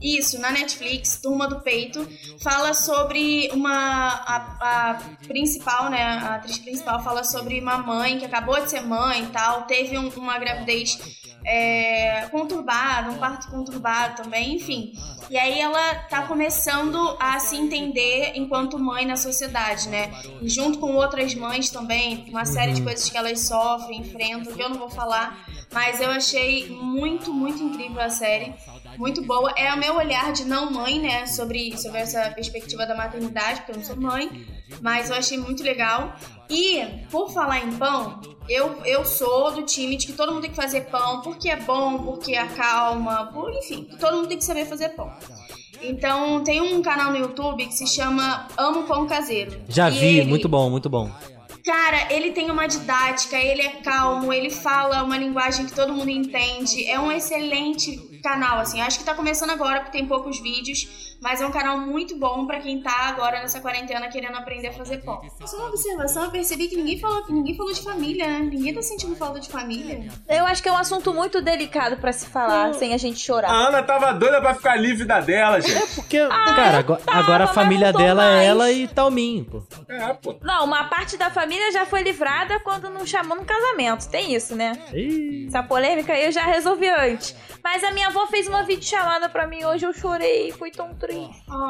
Speaker 6: Isso, na Netflix, Turma do Peito, fala sobre uma. A, a principal, né? A atriz principal fala sobre uma mãe que acabou de ser mãe e tal, teve um- uma gravidez é, conturbada, um parto conturbado também, enfim. E aí ela tá começando a se entender enquanto mãe na sociedade, né? E junto com outras mães também, uma série de coisas que elas sofrem, enfrentam, que eu não vou falar, mas eu achei muito, muito incrível a série. Muito boa. É o meu olhar de não mãe, né? Sobre, sobre essa perspectiva da maternidade, porque eu não sou mãe. Mas eu achei muito legal. E, por falar em pão, eu, eu sou do time de que todo mundo tem que fazer pão porque é bom, porque acalma, por, enfim, todo mundo tem que saber fazer pão. Então, tem um canal no YouTube que se chama Amo Pão Caseiro.
Speaker 4: Já
Speaker 6: E
Speaker 4: vi,
Speaker 6: ele-
Speaker 4: muito bom, muito bom.
Speaker 6: Cara, ele tem uma didática, ele é calmo, ele fala uma linguagem que todo mundo entende. É um excelente canal, assim. Acho que tá começando agora, porque tem poucos vídeos, mas é um canal muito bom pra quem tá agora nessa quarentena querendo aprender a fazer pão. Só uma observação, eu percebi que ninguém falou, que ninguém falou de família, né? Ninguém tá sentindo falta de família.
Speaker 5: Eu acho que é um assunto muito delicado pra se falar sem a gente chorar.
Speaker 3: a Ana tava doida pra ficar livre da dela, gente.
Speaker 4: Porque,
Speaker 6: Ah,
Speaker 4: cara, agora, agora a
Speaker 5: mas
Speaker 4: família
Speaker 5: não tô
Speaker 4: dela é
Speaker 5: mais.
Speaker 4: ela e Talmin, pô.
Speaker 3: É, pô.
Speaker 5: Não, uma parte da família já foi livrada quando não chamou no casamento. Tem isso, né?
Speaker 4: Ih,
Speaker 5: Essa polêmica eu já resolvi antes. Mas a minha avó fez uma videochamada pra mim hoje, eu chorei, fui tão triste.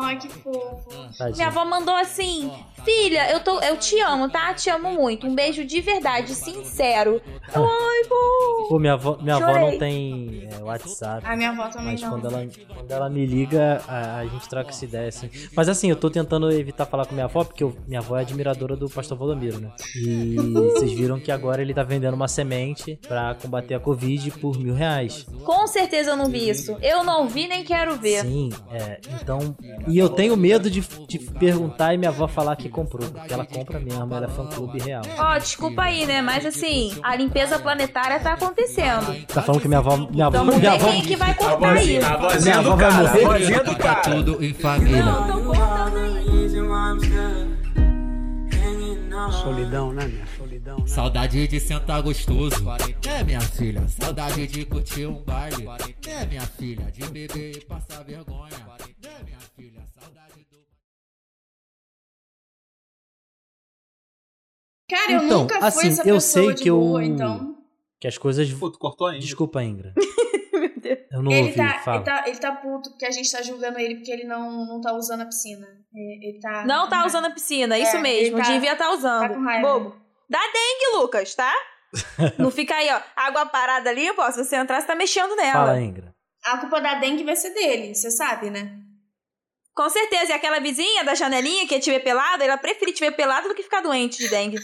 Speaker 6: Ai, que fofo.
Speaker 5: Minha
Speaker 4: tadinho.
Speaker 5: avó mandou assim: Filha, eu, tô, eu te amo, tá? Te amo muito. Um beijo de verdade, sincero. Eu, Ai, bom.
Speaker 4: Pô, minha avó, minha avó não
Speaker 5: Chorei.
Speaker 4: tem é, WhatsApp.
Speaker 6: A Ah, minha avó também
Speaker 4: Mas
Speaker 6: não.
Speaker 4: quando ela, quando ela me liga, a, a gente troca essa ideia, assim. Mas assim, eu tô tentando evitar falar com minha avó, porque eu- minha avó é admiradora do pastor Valdomiro, né? E vocês viram que agora ele tá vendendo uma semente pra combater a Covid por mil reais.
Speaker 5: Com certeza eu não vi isso. Eu não vi nem quero ver.
Speaker 4: Sim, é. Então. E eu tenho medo de, de perguntar e minha avó falar que comprou. Porque ela compra mesmo, ela é fã clube real.
Speaker 5: Ó, desculpa aí, né? Mas assim, a limpeza planetária tá acontecendo.
Speaker 4: Tá falando que minha avó. Minha avó.
Speaker 5: Então vamos
Speaker 4: Minha
Speaker 5: ver
Speaker 4: avó
Speaker 5: quem que vai
Speaker 3: A
Speaker 5: cortar
Speaker 3: vozinha,
Speaker 5: isso.
Speaker 3: a vozinha do
Speaker 4: avó vai
Speaker 3: cara, a
Speaker 4: morrer.
Speaker 3: vozinha do
Speaker 8: Tá
Speaker 3: cara.
Speaker 8: tudo em família.
Speaker 5: Tão cortando aí.
Speaker 10: Solidão, né, minha? Solidão, né?
Speaker 8: Saudade de sentar gostoso. É, minha filha. Saudade de curtir um baile. É, minha filha. De beber e passar vergonha. É, minha filha. Saudade do.
Speaker 6: Cara, eu
Speaker 4: Então,
Speaker 6: nunca fui
Speaker 4: assim,
Speaker 6: essa
Speaker 4: eu
Speaker 6: pessoa
Speaker 4: sei
Speaker 6: de
Speaker 4: que eu-
Speaker 6: boa, então.
Speaker 4: Que as coisas.
Speaker 3: Pô, tu cortou ainda.
Speaker 4: Desculpa, Ingra. Eu não
Speaker 6: Ele
Speaker 4: ouvi,
Speaker 6: tá, ele,
Speaker 4: fala.
Speaker 6: tá, ele tá puto porque a gente tá julgando ele porque ele não, não tá usando a piscina. É, Ele tá.
Speaker 5: Não tá usando a piscina, isso
Speaker 6: É,
Speaker 5: mesmo.
Speaker 6: ele tá-
Speaker 5: Devia tá usando.
Speaker 6: tá com raiva.
Speaker 5: Bobo. Dá dengue, Lucas, tá? Não fica aí, ó. Água parada ali, pô. Se você entrar, você tá mexendo nela.
Speaker 4: Fala, Ingra.
Speaker 6: A culpa da dengue vai ser dele, você sabe, né?
Speaker 5: Com certeza. E aquela vizinha da janelinha que te vê pelada, ela prefere te ver pelada do que ficar doente de dengue.